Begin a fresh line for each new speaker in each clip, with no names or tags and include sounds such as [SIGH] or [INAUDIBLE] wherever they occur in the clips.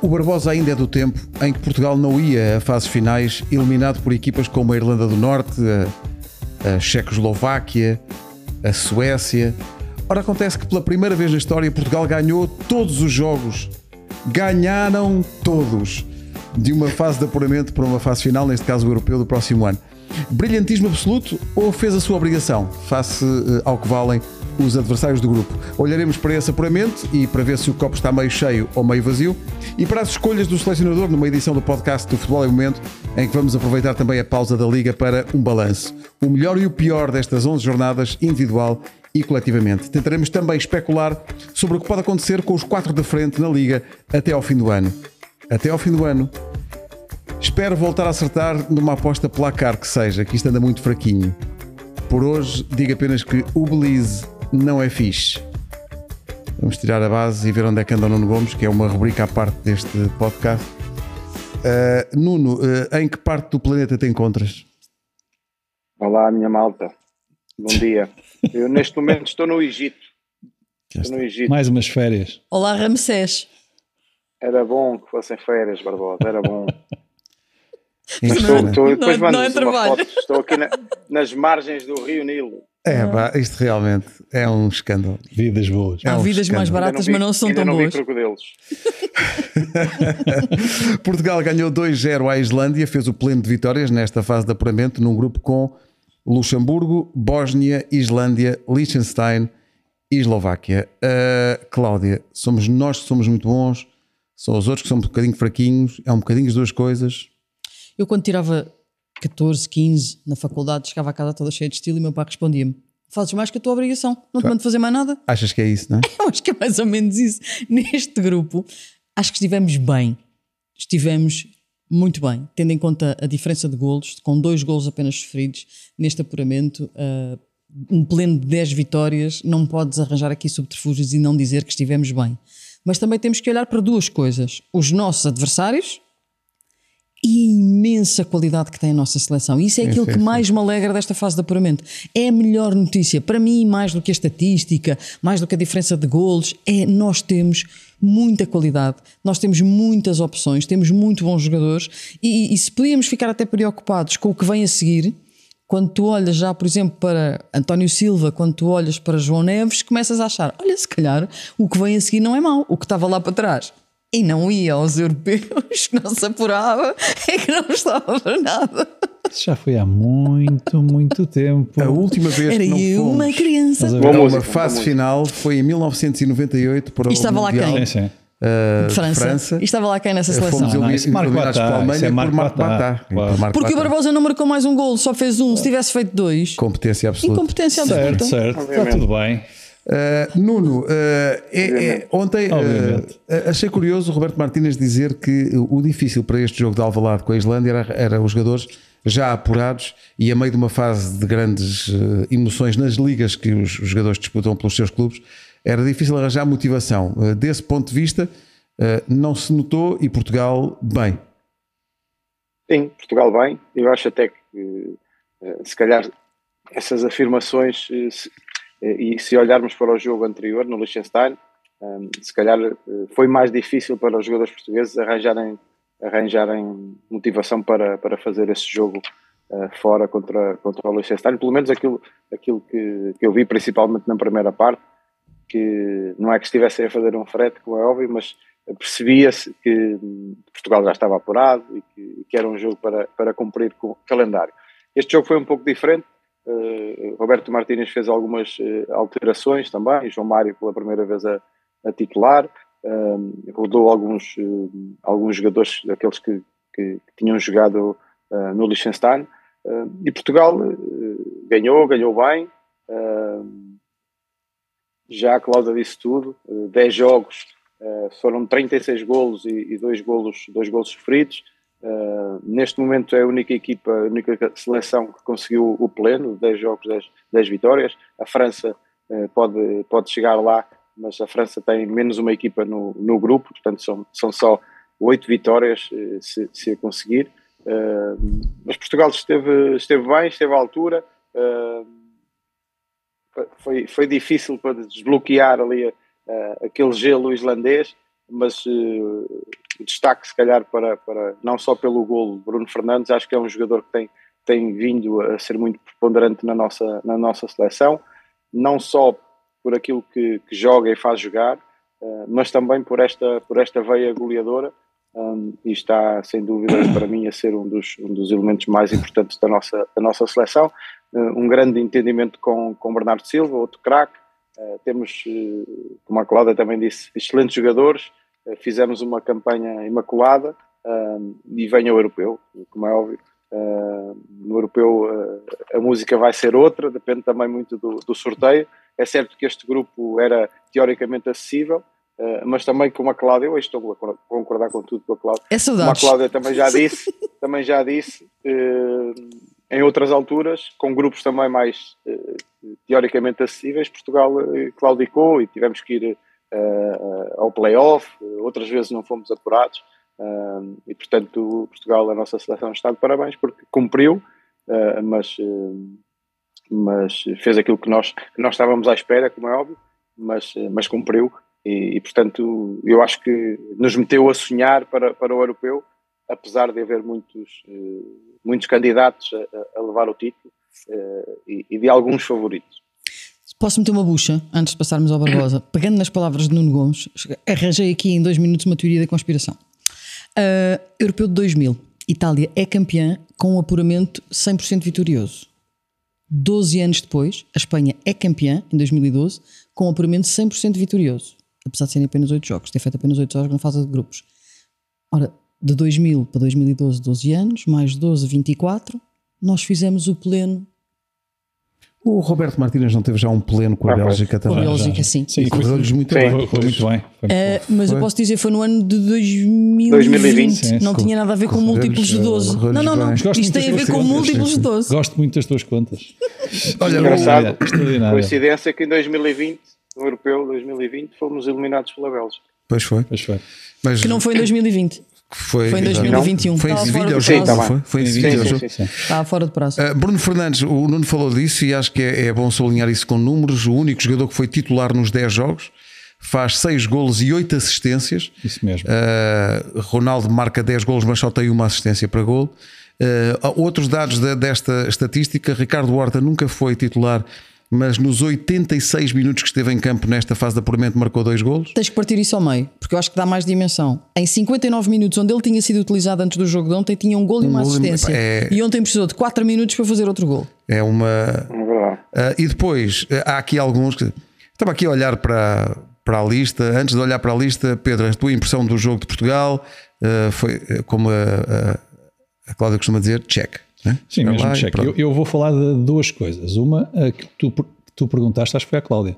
O Barbosa ainda é do tempo em que Portugal não ia a fases finais, eliminado por equipas como a Irlanda do Norte, a, a Checoslováquia, a Suécia. Ora, acontece que pela primeira vez na história Portugal ganhou todos os jogos. Ganharam todos. De uma fase de apuramento para uma fase final, neste caso o europeu do próximo ano. Brilhantismo absoluto ou fez a sua obrigação face eh, ao que valem os adversários do grupo? Olharemos para esse apuramento e para ver se o copo está meio cheio ou meio vazio e para as escolhas do selecionador numa edição do podcast do Futebol em Momento em que vamos aproveitar também a pausa da Liga para um balanço. O melhor e o pior destas 11 jornadas individual e coletivamente. Tentaremos também especular sobre o que pode acontecer com os quatro da frente na Liga até ao fim do ano. Até ao fim do ano, Espero voltar a acertar numa aposta placar que seja, que isto anda muito fraquinho. Por hoje, digo apenas que o Belize não é fixe. Vamos tirar a base e ver onde é que anda o Nuno Gomes, que é uma rubrica à parte deste podcast. Ah, Nuno, ah, em que parte do planeta te encontras?
Olá, minha malta. Bom dia. Eu neste momento estou no Egito. Estou no Egito.
Mais umas férias.
Olá, Ramsés.
Era bom que fossem férias, Barbosa. Era bom.
Em
Não,
Estou,
China?
estou, depois
não é
mando-vos uma
trabalho.
foto. Estou aqui na- nas margens do Rio Nilo.
É, pá, isto realmente é um escândalo.
Vidas boas.
É
Há
um
vidas
escândalo.
mais
Ainda
baratas,
vi-
mas não são
ainda
tão
não
boas.
Vi crocodilos.
Portugal ganhou 2-0 à Islândia, fez o pleno de vitórias nesta fase de apuramento num grupo com Luxemburgo, Bósnia, Islândia, Liechtenstein e Eslováquia. Ah, Cláudia, somos nós que somos muito bons, são os outros que são um bocadinho fraquinhos, é um bocadinho as duas coisas.
Eu quando tirava 14, 15 na faculdade, chegava a casa toda cheia de estilo e meu pai respondia-me: Fazes mais que a tua obrigação, não te mando fazer mais nada.
Achas que é isso, não é?
Eu [LAUGHS] acho que é mais ou menos isso. Neste grupo, acho que estivemos bem. Estivemos muito bem, tendo em conta a diferença de golos, com dois golos apenas sofridos neste apuramento, ah, um pleno de 10 vitórias, não podes arranjar aqui subterfúgios e não dizer que estivemos bem. Mas também temos que olhar para duas coisas: os nossos adversários e a imensa qualidade que tem a nossa seleção. Isso é aquilo
sim,
que
sim.
mais me alegra desta fase de apuramento. É a melhor notícia. Para mim, mais do que a estatística, mais do que a diferença de golos, é nós temos muita qualidade, nós temos muitas opções, temos muito bons jogadores e, e se podíamos ficar até preocupados com o que vem a seguir, quando tu olhas já, por exemplo, para António Silva, quando tu olhas para João Neves, começas a achar: olha, se calhar o que vem a seguir não é mau, o que estava lá para trás. E não ia aos europeus, [LAUGHS] que não se apurava, é que não estava para nada.
Isso já foi há muito, muito tempo.
A última vez
Era
que não
eu uma
fomos
criança.
Estás a
a
ver?
Boa
uma
música,
fase
boa
final foi em 1998 para
E estava
o
lá
Mundial
quem?
Sim, sim.
ah, de
França.
França.
E estava lá quem nessa
Fomos
seleção?
Não, não, isso é Marco
eliminados pela
Atá, isso é
Alemanha por
Marco
Marco
Atá.
Batá.
Claro.
Porque o
tá.
Barbosa não marcou mais um gol, só fez um. Se tivesse feito dois,
Competência absoluta.
incompetência
Certo,
absoluta.
certo. Está
Obviamente.
tudo bem.
Uh, Nuno, uh, é- é- ontem uh,
Obviamente.
uh, achei curioso o Roberto Martínez dizer que o difícil para este jogo de Alvalade com a Islândia era, era os jogadores já apurados e a meio de uma fase de grandes uh, emoções nas ligas que os, os jogadores disputam pelos seus clubes, era difícil arranjar motivação. Uh, desse ponto de vista, uh, não se notou e Portugal, bem.
Sim, Portugal bem. Eu acho até que, eh, se calhar, essas afirmações, eh, se- eh, e se olharmos para o jogo anterior, no Liechtenstein, eh, se calhar eh, foi mais difícil para os jogadores portugueses arranjarem, arranjarem motivação para, para fazer esse jogo eh, fora contra, contra o Liechtenstein. Pelo menos aquilo, aquilo que, que eu vi, principalmente na primeira parte, que não é que estivessem a fazer um frete, como é óbvio, mas percebia-se que hum, Portugal já estava apurado e que, e que era um jogo para, para cumprir com o calendário. Este jogo foi um pouco diferente. eh, Roberto Martínez fez algumas eh, alterações também, e João Mário pela primeira vez a, a titular, hum, rodou alguns, hum, alguns jogadores, aqueles que, que tinham jogado eh, no Liechtenstein, eh, e Portugal eh, ganhou, ganhou bem, eh, já a Cláudia disse tudo, eh, 10 jogos Uh, foram 36 golos e, e dois golos, dois golos sofridos. Uh, neste momento é a única equipa, a única seleção que conseguiu o pleno, 10 jogos, 10, 10 vitórias. A França uh, pode, pode chegar lá, mas a França tem menos uma equipa no, no grupo, portanto são, são só 8 vitórias uh, se, se a conseguir. Uh, mas Portugal esteve, esteve bem, esteve à altura. Uh, foi, foi difícil para desbloquear ali a, eh, aquele eh, gelo islandês, mas eh, o destaque se calhar para, para não só pelo golo de Bruno Fernandes, acho que é um jogador que tem, tem vindo a ser muito preponderante na nossa, na nossa seleção, não só por aquilo que, que joga e faz jogar, eh, mas também por esta, por esta veia goleadora hum, e está sem dúvida [COUGHS] para mim a ser um dos, um dos elementos mais importantes da nossa, da nossa seleção. Eh, um grande entendimento com, com Bernardo Silva, outro craque, eh, temos, eh, como a Cláudia também disse, excelentes jogadores, eh, fizemos uma campanha imaculada hum, e venha o europeu, como é óbvio. Eh, no europeu eh, a música vai ser outra, depende também muito do, do sorteio. É certo que este grupo era teoricamente acessível, eh, mas também como a Cláudia, eu estou a concordar com tudo com a Cláudia,
É
como a
saudades.
Cláudia também já disse, também já disse eh, em outras alturas, com grupos também mais eh, teoricamente acessíveis, Portugal eh, claudicou e tivemos que ir eh, ao play-off, eh, outras vezes não fomos apurados, eh, e portanto Portugal, a nossa seleção está de parabéns porque cumpriu, eh, mas, eh, mas fez aquilo que nós, que nós estávamos à espera, como é óbvio, mas, eh, mas cumpriu e, e, portanto eu acho que nos meteu a sonhar para, para o europeu, apesar de haver muitos, eh, muitos candidatos a- a, a levar o título eh, e, e de alguns favoritos.
Posso meter uma bucha antes de passarmos ao Barbosa? Pegando nas palavras de Nuno Gomes, arranjei aqui em dois minutos uma teoria da conspiração. Ah, Europeu de 2000, Itália é campeã com um apuramento 100% vitorioso. 12 anos depois, a Espanha é campeã em 2012 com um apuramento 100% vitorioso, apesar de serem apenas 8 jogos, ter feito apenas 8 jogos na fase de grupos. Ora, de 2000 para 2012, 12 anos, mais 12, 24, nós fizemos o pleno
O Roberto Martínez não teve já um pleno com a
Ah, pois.
Bélgica
com a
também.
Bélgica, sim.
Sim,
E correu-lhes muito
Sim.
bem.
Foi, foi muito bem. Foi muito
Uh,
bem.
mas eu
Foi?
posso dizer, foi no ano de 2020.
2020,
sim,
não
sim.
tinha nada a ver com
Correu-lhes,
múltiplos de 12.
correu-lhes
Não, não, não.
bem.
Gosto
Isto
muito
tem a
das
ver com
tuas contas,
múltiplos de
sim,
12.
Gosto muito das tuas contas.
Olha,
Engraçado.
o-
Extraordinária, Extraordinária.
Coincidência que em 2020, no europeu 2020, fomos eliminados pela Bélgica.
Pois foi.
Pois foi.
Mas
Que não foi em 2020.
foi,
foi em
exato.
2021.
Foi em
Estava
Sevilha
fora
o
do
jogo,
prazo.
não tá foi? Foi em
Sim,
Sevilha o
sim,
jogo.
sim, sim.
Está fora de prazo.
um. Uh, Bruno Fernandes, o Nuno falou disso e acho que é, é bom sublinhar isso com números. O único jogador que foi titular nos 10 jogos faz 6 golos e 8 assistências.
Isso mesmo.
Uh, Ronaldo marca 10 golos, mas só tem uma assistência para gol. Uh, há outros dados da- desta estatística: Ricardo Horta nunca foi titular, mas nos 86 minutos que esteve em campo nesta fase de apuramento marcou dois golos.
Tens que partir isso ao meio, porque eu acho que dá mais dimensão. Em 59 minutos, onde ele tinha sido utilizado antes do jogo de ontem, tinha um gol e uma
golo e uma-
assistência.
é-
E ontem precisou de 4 minutos para fazer outro gol.
É uma.
É verdade.
Ah, e depois, ah, há aqui alguns que. Estava aqui a olhar para, para a lista. Antes de olhar para a lista, Pedro, a tua impressão do jogo de Portugal ah, foi, ah, como a, a- a Cláudia costuma dizer, check. né?
Sim,
Vai
mesmo
lá e
cheque.
pronto.
Eu, eu vou falar de duas coisas. Uma, a que tu, per- que tu perguntaste, acho que foi à Cláudia.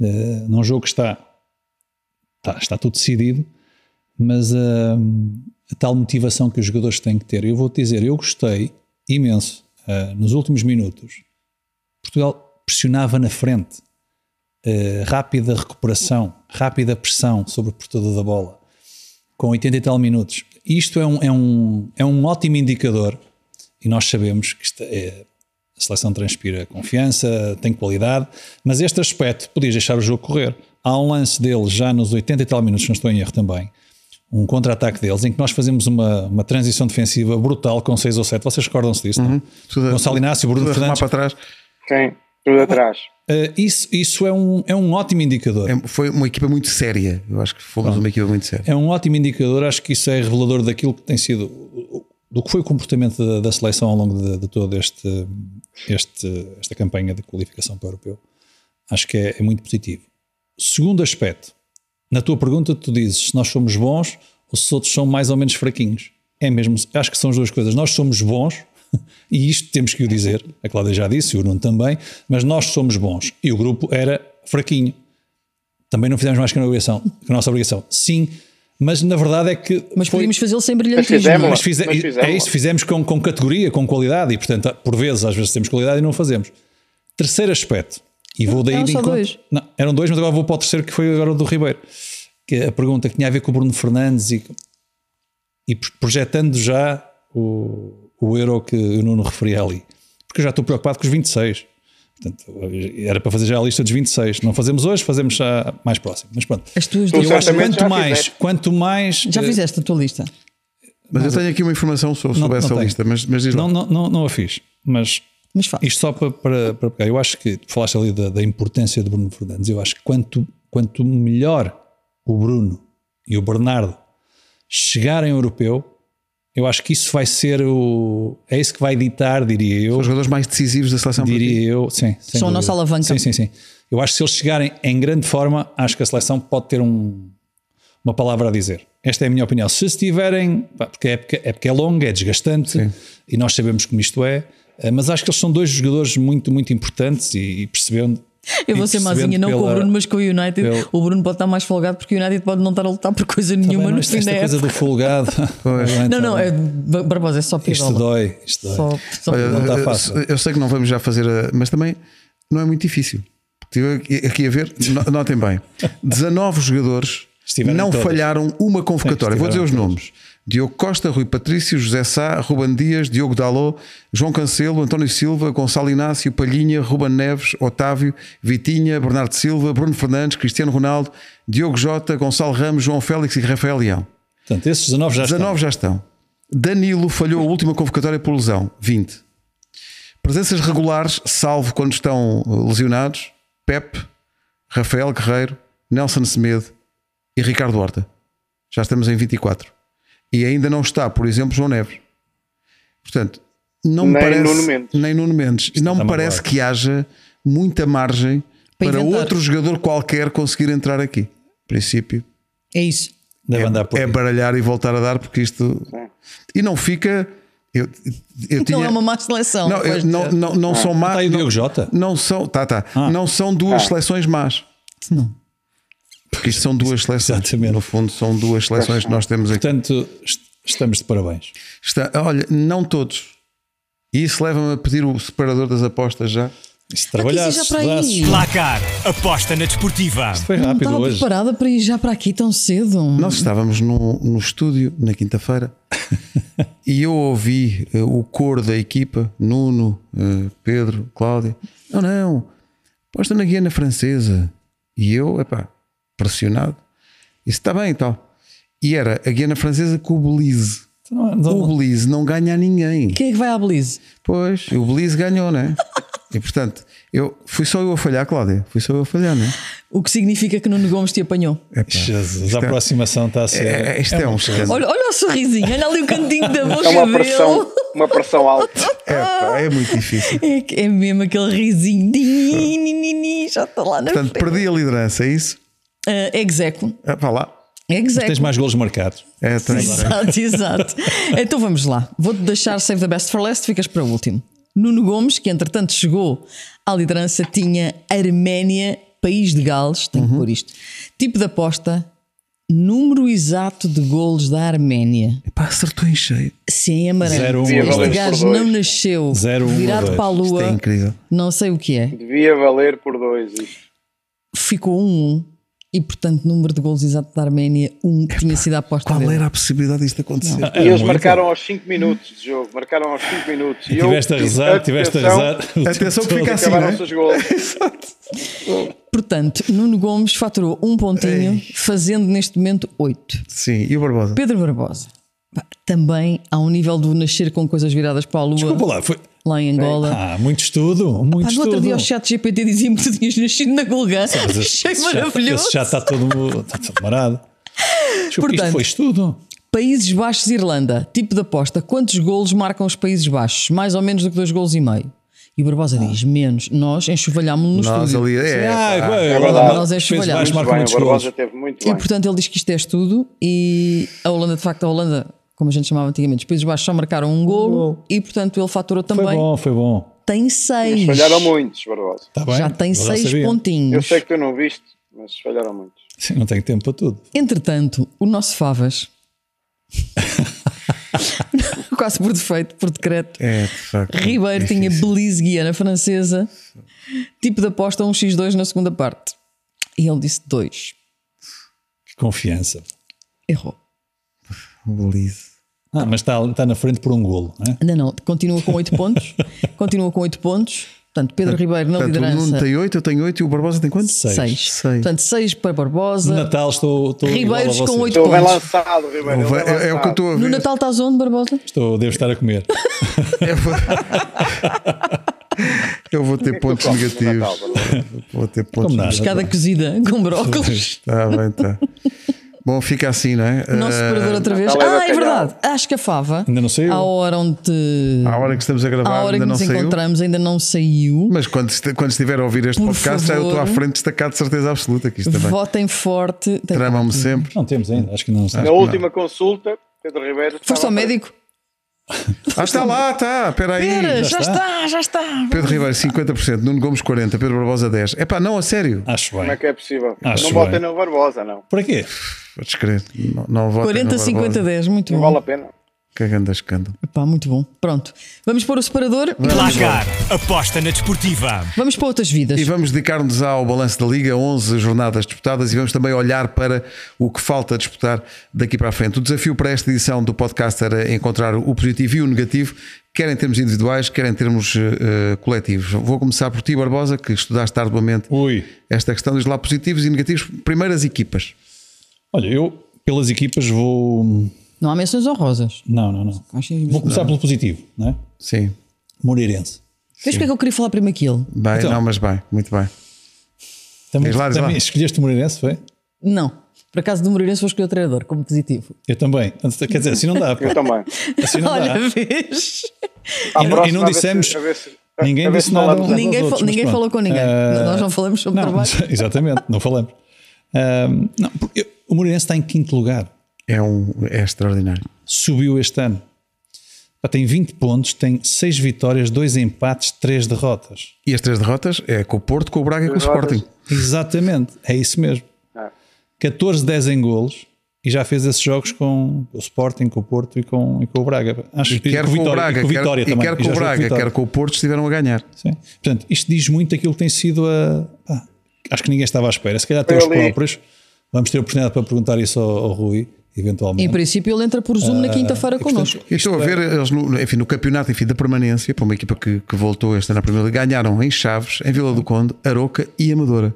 Eh, num jogo que está, está, está tudo decidido, mas ah, a tal motivação que os jogadores têm que ter. Eu vou-te dizer, eu gostei imenso ah, nos últimos minutos. Portugal pressionava na frente. Eh, rápida recuperação, rápida pressão sobre o portador da bola, com 80 e tal minutos. Isto é um, é um, é um ótimo indicador e nós sabemos que esta é- a seleção transpira confiança, tem qualidade, mas este aspecto podias deixar o jogo correr. Há um lance deles já nos 80 e tal minutos, se não estou em erro também, um contra-ataque deles, em que nós fazemos uma, uma transição defensiva brutal com 6 ou 7. Vocês recordam-se disso? não?
Tudo a-
Gonçalo Inácio, Bruno
tudo a remar
Fernandes.
para trás.
Quem? Tudo atrás.
Eh, isso isso é, um, é um ótimo indicador.
É- foi uma equipa muito séria. Eu acho que fomos uma equipa muito séria.
É um ótimo indicador, acho que isso é revelador daquilo que tem sido, do que foi o comportamento da, da seleção ao longo de, de toda este, este- esta campanha de qualificação para o europeu. Acho que é, é muito positivo. Segundo aspecto, na tua pergunta tu dizes se nós somos bons ou se os outros são mais ou menos fraquinhos. É mesmo, acho que são as duas coisas. Nós somos bons, [LAUGHS] e isto temos que o dizer, a Cláudia já disse, e o Nuno também, mas nós somos bons e o grupo era fraquinho também não fizemos mais que a, obrigação, que a nossa obrigação. Sim, mas na verdade é que.
Mas
foi-
podíamos fazê-lo sem brilhantismo.
fizemos-la.
mas fize-
Mas fizemos.
é isso, fizemos com, com categoria, com qualidade, e portanto, por vezes, às vezes temos qualidade e não o fazemos. Terceiro aspecto, e vou daí
Eram
de
só
encontro-
dois.
Não, eram dois, mas agora vou para o terceiro que foi agora o do Ribeiro. Que é a pergunta que tinha a ver com o Bruno Fernandes e, e projetando já o, o euro que o Nuno referia ali. Porque eu já estou preocupado com os 26. Portanto, era para fazer já a lista dos 26. Não fazemos hoje, fazemos já mais próximo. Mas pronto.
As tuas
Eu acho que
certamente
quanto
já
mais,
fizeste.
quanto mais.
Já
eh,
fizeste a tua lista.
Mas eu tenho aqui uma informação sobre,
Não-
sobre
não
essa
tenho.
lista, mas, mas diz lá.
Não, não, não, não a fiz, mas
Mas faz.
isto só para, para, para pegar. Eu acho que tu falaste ali da, da importância de Bruno Fernandes. Eu acho que quanto, quanto melhor o Bruno e o Bernardo chegarem ao europeu, eu acho que isso vai ser o. É isso que vai ditar, diria eu.
São os jogadores mais decisivos da seleção para ti.
Diria eu, sim. sem
São a
dúvida.
nossa alavanca.
Sim, sim, sim. Eu acho que se eles chegarem em grande forma, acho que a seleção pode ter um- uma palavra a dizer. Esta é a minha opinião. Se estiverem, pá, porque a época, a época é longa, é desgastante e nós sabemos como isto é, eh, mas acho que eles são dois jogadores muito, muito importantes e, e percebendo.
Eu vou
e
ser
percebendo
mazinha, não com o
pela-
Bruno, mas com o United.
pela-
O Bruno pode estar mais folgado porque o United pode não estar a lutar por coisa
Também
nenhuma
não,
no
esta
fim da
esta coisa
época.
do
[LAUGHS]
folgado. então,
Não,
Então,
não, é, Barbosa, é só
Isto
pirola.
dói, isto dói.
Só, só
Olha,
pirola.
está
eu-
tá fácil.
Eu sei que não vamos já fazer, a- mas também não é muito difícil. Estive aqui- aqui a ver, no- notem bem: 19 jogadores
Estiveram
não
todas.
falharam uma convocatória.
Sim,
Vou dizer os
estiveram
nomes: Diogo Costa, Rui Patrício, José Sá, Ruban Dias, Diogo Dalot, João Cancelo, António Silva, Gonçalo Inácio, Palhinha, Ruban Neves, Otávio, Vitinha, Bernardo Silva, Bruno Fernandes, Cristiano Ronaldo, Diogo Jota, Gonçalo Ramos, João Félix e Rafael Leão.
Portanto, esses 19 já estão.
19 já estão. Danilo falhou a última convocatória por lesão, 20. Presenças regulares, salvo quando estão eh, lesionados, Pep, Rafael Guerreiro, Nelson Semedo e Ricardo Horta. Já estamos em 24. E ainda não está, por exemplo, João Neves. Portanto, não me
Nem
parece.
Nuno Mendes.
Nem Nuno Mendes. não me
está
parece
magoado.
que haja muita margem
Para
para,
inventar.
outro jogador qualquer conseguir entrar aqui. Em princípio,
É isso.
Deve andar por
é, é
aí.
baralhar e voltar a dar, porque isto. E não fica. Eu, eu
Então
tinha.
é uma má seleção.
Não, eu-
pois,
não, é não, não são más.
Está aí o
não-
Diogo Jota.
Não são. Tá, tá. Não são duas
Ah.
seleções más. Porque isto são duas seleções.
Exatamente.
No fundo, são duas seleções que nós temos aqui.
Portanto, est- estamos de parabéns.
Está- olha, não todos. E isso leva-me a pedir o separador das apostas já.
E se
Mas
trabalhasse,
isso já para
estudasse,
aí.
Placar. Aposta na desportiva.
Foi
Não
rápido
estava
hoje.
preparada para ir já para aqui tão cedo.
Nós estávamos no, no estúdio na quinta-feira [LAUGHS] e eu ouvi eh, o coro da equipa, Nuno, eh, Pedro, Cláudio. Não, não, posta na Guiana Francesa. E eu, epá, pressionado. Isso está bem e tal. E era a Guiana Francesa com o Belize.
Não,
O
não-
Belize não ganha a ninguém.
Quem é que vai à Belize?
Pois, o Belize ganhou, não é? E portanto, eu, fui só eu a falhar, Cláudia. Fui só eu a falhar, não é?
O que significa que Nuno Gomes te apanhou.
Jesus, a aproximação está a ser.
É, isto é, um escândalo.
Olha, olha o sorrisinho, olha ali o cantinho da
É
boca
uma
dele.
pressão, uma pressão alta.
Epá, é muito difícil.
É, que- é mesmo aquele risinho. Ni, ni, ni, ni, Já está lá na
Portanto,
frente.
perdi a liderança, é isso?
Ah, execo.
É para lá.
Execo.
Tens mais golos marcados.
É, tem, tem.
Exato, exato. Então vamos lá. Vou-te deixar Save the Best for Last, ficas para o último. Nuno Gomes, que entretanto chegou à liderança, tinha Arménia, país de Gales, tenho
Uhum.
que pôr isto. Tipo de aposta, número exato de golos da Arménia.
Epá, acertou em cheio.
Sim, é
Zero,
amarelo.
um,
este
dois.
gajo
Por dois.
não nasceu
Zero, um,
virado
dois.
para a
Isto
lua.
é incrível.
Não sei o que é.
Devia valer por dois. isto.
Ficou um, um e portanto, número de golos exato da Arménia, um que tinha sido a aposta.
Qual
dele.
é
era a possibilidade disto acontecer?
E eles marcaram aos 5 minutos de jogo. Marcaram aos 5 minutos. E eu,
Tiveste a rezar,
atenção,
tiveste a
[LAUGHS]
rezar. o
Atenção que fica
tempo todo.
assim, não
Acabaram-se
é?
os gols.
Portanto, Nuno Gomes faturou um pontinho, fazendo neste momento oito.
Sim, e o Barbosa?
Pedro Barbosa. pá, Também há um nível do nascer com coisas viradas para a lua
Desculpa lá, foi.
lá em Angola.
Ah, muito estudo, muito
Pá, no
estudo.
outro dia ao chat GPT diziam-me que tu tinhas nascido na Golgã. [LAUGHS]
Mas esse-
Achei
esse tá- já-
é maravilhoso.
esse Já está todo, está todo marado. Desculpa,
Portanto-
isto foi estudo.
Países Baixos, Irlanda. Tipo de aposta. Quantos golos marcam os Países Baixos? Mais ou menos do que dois golos e meio. E o Barbosa diz, menos. Nós enxovalhámos-nos no
Nós
estúdio.
ali. É,
ah,
pá.
agora,
verdade.
Nós é
Países
chavalhado.
Muito
Baixos
Muito
marcam
bem,
muitos
o Barbosa
golos.
teve muito
E
bem.
portanto ele diz que isto é estudo e a Holanda, de facto, a Holanda, como a gente chamava antigamente, os Países Baixos só marcaram um golo e portanto ele faturou
Foi
também.
bom, foi bom.
Tem seis.
Falharam muitos, Barbosa.
Está bem?
Já tem
Eu
seis
sabia.
Eu
pontinhos.
sei que tu não viste, mas falharam muitos.
Sim, Não tenho tempo para tudo.
Entretanto, o nosso Favas, [LAUGHS] quase por defeito, por decreto,
É, de facto.
Ribeiro tinha Belize Guiana Francesa, tipo de aposta 1x2 na segunda parte. E ele disse 2.
Que confiança.
Errou.
Belize.
Ah, mas está, está na frente por um golo. Não
[LAUGHS]
é?
Não, não, continua com 8 pontos. Continua com 8 pontos. Portanto, Pedro Ribeiro na
Portanto, o Nuno
liderança.
tem 8, eu tenho 8 e o Barbosa tem quanto?
Seis.
seis.
Seis.
Portanto, 6 para
No
Barbosa.
Natal estou, estou igual a
Ribeiros com
vocês.
oito-
Estou bem
pontos.
lançado, Ribeiro. ele bem
É, é o que eu
lançado.
estou a
No
ver.
Natal estás onde, Barbosa?
Estou, devo estar a comer.
Eu vou, [LAUGHS] Eu vou ter pontos
eu gosto do
negativos. [LAUGHS] vou ter pontos
Como nada.
negativos.
Pescada cozida com brócolis.
Tá bem, tá. Bom, fica assim, não é?
Nosso
Eh,
separador outra vez.
Natal é
Ah, é
bacalhau.
verdade. Acho que a fava.
Ainda não saiu.
À hora onde. te-
à hora que estamos a gravar,
À hora
Ah, ainda
que
não
nos
saiu. Hum,
encontramos, ainda não saiu.
Mas quando, este- quando estiver a ouvir este
Por
podcast, já eu estou à
favor.
frente destacado de certeza absoluta que isto também.
Votem forte. Tem-
Tramam-me sempre.
Não temos ainda, acho que não está.
Na última consulta, Pedro Ribeiro.
Foste
estava-
ao médico?
Ah, está lá, está, espera aí.
Pera, já,
está.
está, já está.
Pedro Ribeiro 50%, Nuno Gomes 40%, Pedro Barbosa 10%. Epá, não, a sério.
Acho
Como é
bem.
que é possível?
Acho
não votem
bem.
no Barbosa, não.
Por aqui?
Podes crer, não, não votem no
40,
Barbosa.
50, 10. Muito
Não
bom.
vale a pena.
Que grande escândalo.
Epá, muito bom. Pronto. Vamos pôr o separador.
Placar. Aposta na desportiva.
Vamos para outras vidas.
E vamos dedicar-nos ao balanço da Liga, 11 jornadas disputadas e vamos também olhar para o que falta disputar daqui para a frente. O desafio para esta edição do podcast era encontrar o positivo e o negativo, quer em termos individuais, quer em termos eh, eh, coletivos. Vou começar por ti, Barbosa, que estudaste arduamente
Ui.
esta questão dos lá positivos e negativos. Primeiras equipas.
Olha, eu pelas equipas vou.
Não há menções honrosas.
Não, não, não.
Acho que-
Vou começar pelo positivo, não é?
Sim,
Moreirense.
Vês porque é que eu queria falar primeiro aquilo?
bem,
Então.
não, mas bem, muito bem.
Também,
Diz lá, diz lá.
também escolheste o Moreirense, foi?
Não. Por acaso do Moreirense vou escolher o treinador como positivo.
[LAUGHS] Eu também. Quer dizer, assim não dá. pô.
Eu também.
Assim não dá.
Olha, vês?
À
E não- e
próxima,
não
a ver
dissemos-
se- a ver se-
Ninguém
a ver
disse
se
nada.
falamos- assim.
uns aos
Ninguém
outros,
fa-
mas
ninguém
pronto.
falou com ninguém.
Ah,
Nós não falamos sobre trabalho.
[LAUGHS] Exatamente, não falamos. Ah, não, porque eu- o Moreirense está em quinto lugar.
É, um, é extraordinário.
Subiu este ano. Pá, tem 20 pontos, tem 6 vitórias, 2 empates, 3 derrotas.
E as três derrotas é com o Porto, com o Braga e com o
Derrotas.
Sporting.
Exatamente, é isso mesmo.
Ah.
14-10 em golos e já fez esses jogos com o Sporting, com o Porto e com, e com o Braga. Acho
E quer
com
com
o
o
Vitória,
Braga,
e com o Vitória
quer, e
também.
quer
E
com
já
o
jogou com o
Braga,
Vitória.
quer com o Porto, estiveram a ganhar.
Sim. Portanto, isto diz muito aquilo que tem sido a. ah, acho que ninguém estava à espera. Se calhar até
Foi
os
ali.
próprios. Vamos ter a oportunidade para perguntar isso ao, ao Rui, eventualmente.
Em princípio, ele entra por
Ah,
Zoom na quinta-feira
e, portanto,
connosco.
E estou a ver,
é-
eles no, enfim, no campeonato enfim, da permanência, para uma equipa que, que voltou este ano à Primeira Liga, ganharam em Chaves, em
Hum.
Vila do Conde, Aroca e Amadora.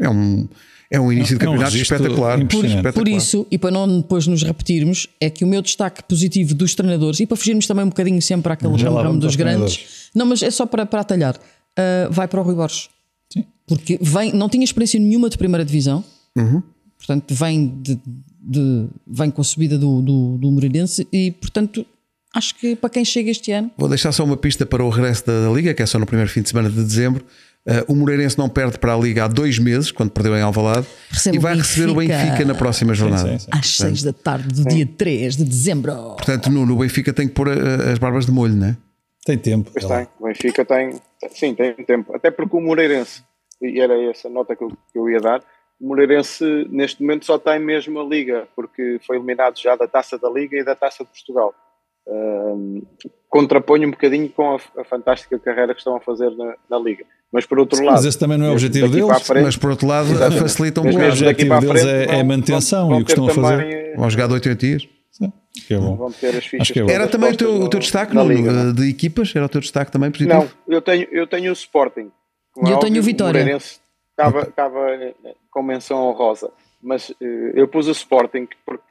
É um, é um início
É um-
de
é um
campeonato
registro
espetacular.
impressionante.
espetacular.
Por isso, e para não depois nos repetirmos, é que o meu destaque positivo dos treinadores, e para fugirmos também um bocadinho sempre àquele
Já lá
ramo
vamos
dos
aos
grandes,
treinadores.
não, mas é só para, para atalhar, Ah, vai para o Rui Borges.
Sim.
Porque vem, não tinha experiência nenhuma de primeira divisão,
Uhum.
portanto, vem, de, de- vem com a subida do, do, do Moreirense, e portanto, acho que para quem chega este ano,
Vou deixar só uma pista para o regresso da, da Liga, que é só no primeiro fim de semana de dezembro. Eh, o Moreirense não perde para a Liga há dois meses, quando perdeu em Alvalade,
Recebe
e
o
vai receber o
Benfica.
Benfica na próxima jornada.
sim, sim.
às 6 da tarde do dia 3 de dezembro.
Portanto, Nuno, o Benfica tem que pôr eh, as barbas de molho, não é?
Tem tempo.
Pois
é lá.
tem, o Tá Benfica tem, sim, tem tempo. Até porque o Moreirense, e era essa nota que eu, que eu ia dar, o Moreirense neste momento só tem mesmo a Liga, porque foi eliminado já da Taça da Liga e da Taça de Portugal. Ahm, contraponho um bocadinho com a, a fantástica carreira que estão a fazer na, na Liga. Mas por outro
Sim,
lado...
mas esse também não é o
mesmo
objetivo
daqui
deles,
para a frente-
Mas por outro lado, facilita um
mas
o
bocado.
mesmo daqui
objetivo
para a
deles
frente
é- é
vão-
manutenção
vão
e o que
ter
estão a fazer.
também, eh,
Vão jogar de 8 em 8 dias.
Sim, Que é bom.
Vão ter as fichas
Acho que é bom.
todas
Era também o teu,
postas
o teu
no-
destaque
na
Nuno,
Liga, não é?
eh, de equipas? Era o teu destaque também positivo?
Não, eu tenho, eu tenho o Sporting. Como
E eu
é
tenho o Vitória.
Moreirense estava, estava eh, com menção honrosa. Mas eh, eu pus o Sporting porque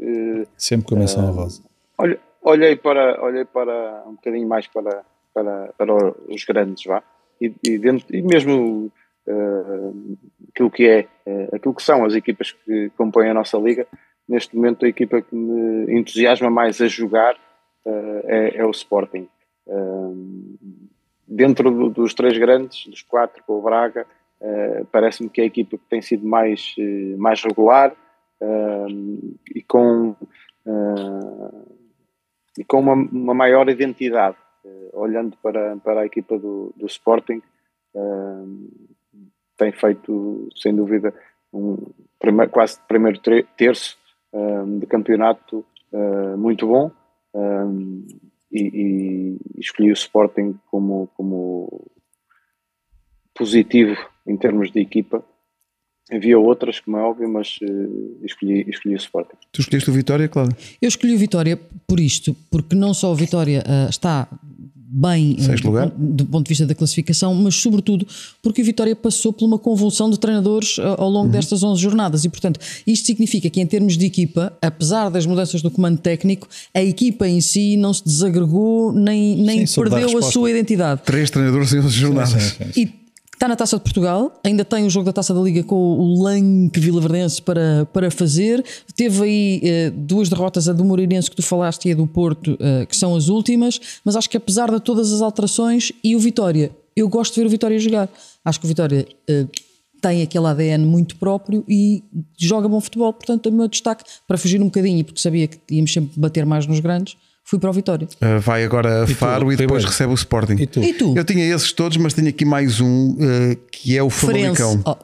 eh,
Sempre com a menção honrosa.
olhe- olhei, para, olhei para um bocadinho mais para, para, para os grandes, vá. E, e dentro- e mesmo eh, aquilo que é, eh, aquilo que são as equipas que compõem a nossa liga, neste momento a equipa que me entusiasma mais a jogar eh, é, é o Sporting. Eh, dentro do- dos três grandes, dos quatro com o Braga, eh, parece-me que é a equipa que tem sido mais, eh, mais regular eh, e com, eh, e com uma, uma maior identidade, eh, olhando para, para a equipa do, do Sporting, eh, tem feito, sem dúvida, um primeiro, quase primeiro tre- terço eh, de campeonato eh, muito bom. eh, e, e escolhi o Sporting como, como positivo em termos de equipa. Havia outras, como é óbvio, mas eh, escolhi, escolhi o Sporting.
Tu escolheste o Vitória, Cláudio?
Eu escolhi o Vitória por isto, porque não só o Vitória ah, está bem eh,
Sexto
do,
lugar.
pon- do ponto de vista da classificação, mas sobretudo porque o Vitória passou por uma convulsão de treinadores eh, ao
Uhum.
longo destas 11 jornadas e, portanto, isto significa que em termos de equipa, apesar das mudanças do comando técnico, a equipa em si não se desagregou nem, nem
soube dar
perdeu a
resposta.
sua identidade.
Três treinadores em 11 jornadas.
E está na Taça de Portugal, ainda tem o jogo da Taça da Liga com o Lanque Vilaverdense para, para fazer. Teve aí eh, duas derrotas, a do Moreirense que tu falaste e a do Porto, eh, que são as últimas, mas acho que apesar de todas as alterações e o Vitória, eu gosto de ver o Vitória jogar. Acho que o Vitória eh, tem aquele ADN muito próprio e joga bom futebol, portanto, é o meu destaque para fugir um bocadinho, e porque sabia que íamos sempre bater mais nos grandes, fui para o Vitória.
Uh, vai agora a
tu,
Faro e depois
Ribeiro?
recebe o Sporting.
E tu?
E tu?
Eu tinha esses todos, mas tinha aqui mais um uh, que é o Famalicão.
Farense. Oh,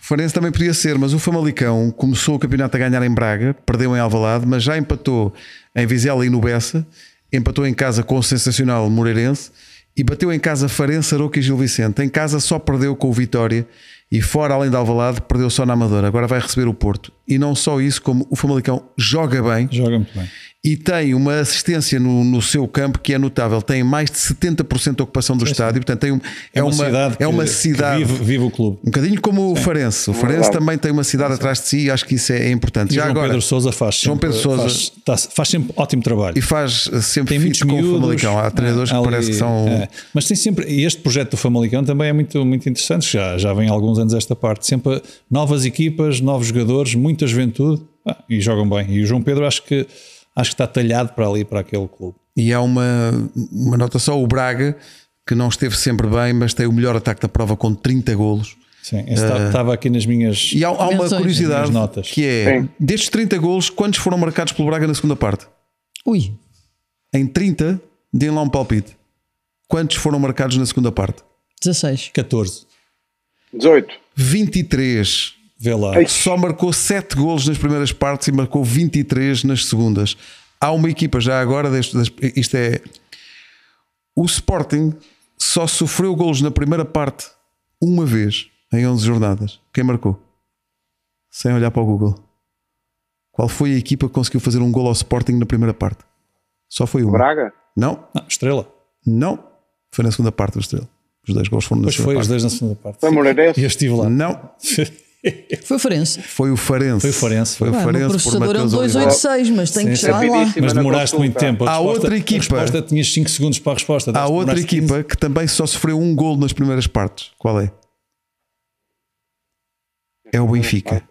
O Farense também podia ser, mas o Famalicão começou o campeonato a ganhar em Braga, perdeu em Alvalade, mas já empatou em Vizela e no Bessa, empatou em casa com o sensacional Moreirense e bateu em casa Farense, Aroca e Gil Vicente. Em casa só perdeu com o Vitória e fora, além de Alvalade, perdeu só na Amadora. Agora vai receber o Porto. E não só isso, como o Famalicão joga bem,
Joga muito bem.
e tem uma assistência no, no seu campo que é notável. Tem mais de 70% de ocupação do estádio, portanto, tem um- é, uma,
cidade.
é uma
que- que
cidade.
vive, vive o clube.
Um bocadinho como o Farense. O Farense
Verdade.
também tem uma cidade atrás de si e acho que isso é, é importante.
E
Já
João
agora.
Pedro Souza faz.
João
sempre-
Pedro Sousa-
faz, tá- faz sempre ótimo trabalho.
E faz eh, sempre
tem muitos
fit com
miúdos, É, né?
o Famalicão. Há treinadores
ali-
que parece que são.
é. Mas tem sempre. E este projeto do Famalicão também é muito, muito interessante. Já, já vem há alguns anos esta parte. Sempre novas equipas, novos jogadores, muita juventude pá, e jogam bem. E o João Pedro acho que, acho que está talhado para ali, para aquele clube.
E há uma, uma nota só: o Braga, que não esteve sempre bem, mas tem o melhor ataque da prova com 30 golos.
Sim, esse tá- estava aqui nas minhas.
É. E há, um- há uma
Menções.
curiosidade
Minhas notas.
que é:
Sim.
destes 30 golos, quantos foram marcados pelo Braga na segunda parte?
Oh, ui,
Em 30, deem lá um palpite. Quantos foram marcados na segunda parte?
16.
14.
18.
23.
Vê lá.
Ei.
Só marcou 7 golos nas primeiras partes e marcou 23 nas segundas. Há uma equipa já agora, deste- das- isto é. O Sporting só sofreu golos na primeira parte uma vez em 11 jornadas. Quem marcou? Sem olhar para o Google. Qual foi a equipa que conseguiu fazer um gol ao Sporting na primeira parte? Só foi uma.
Braga?
Não,
Não, Ah, estrela.
Não. Foi na segunda parte do Estrela. Os dois gols foram na
Depois foi
segunda
os
parte.
dois na segunda parte.
Foi Moreirense?
E eu estive lá.
Não.
Foi o Farense.
Foi o Farense.
Foi o Farense.
Foi o
Pá, o meu
Farense por
processador é um
Mateus Oliveira.
286, mas tem que
Sim,
chegar lá.
rapidíssimo.
Mas
na
demoraste
consulta.
muito tempo. A
Há
resposta-
outra equipa.
A resposta tinhas 5 segundos para a resposta.
Há
Demoraste
outra
15.
equipa que também só sofreu um gol nas primeiras partes. Qual é? É o Benfica.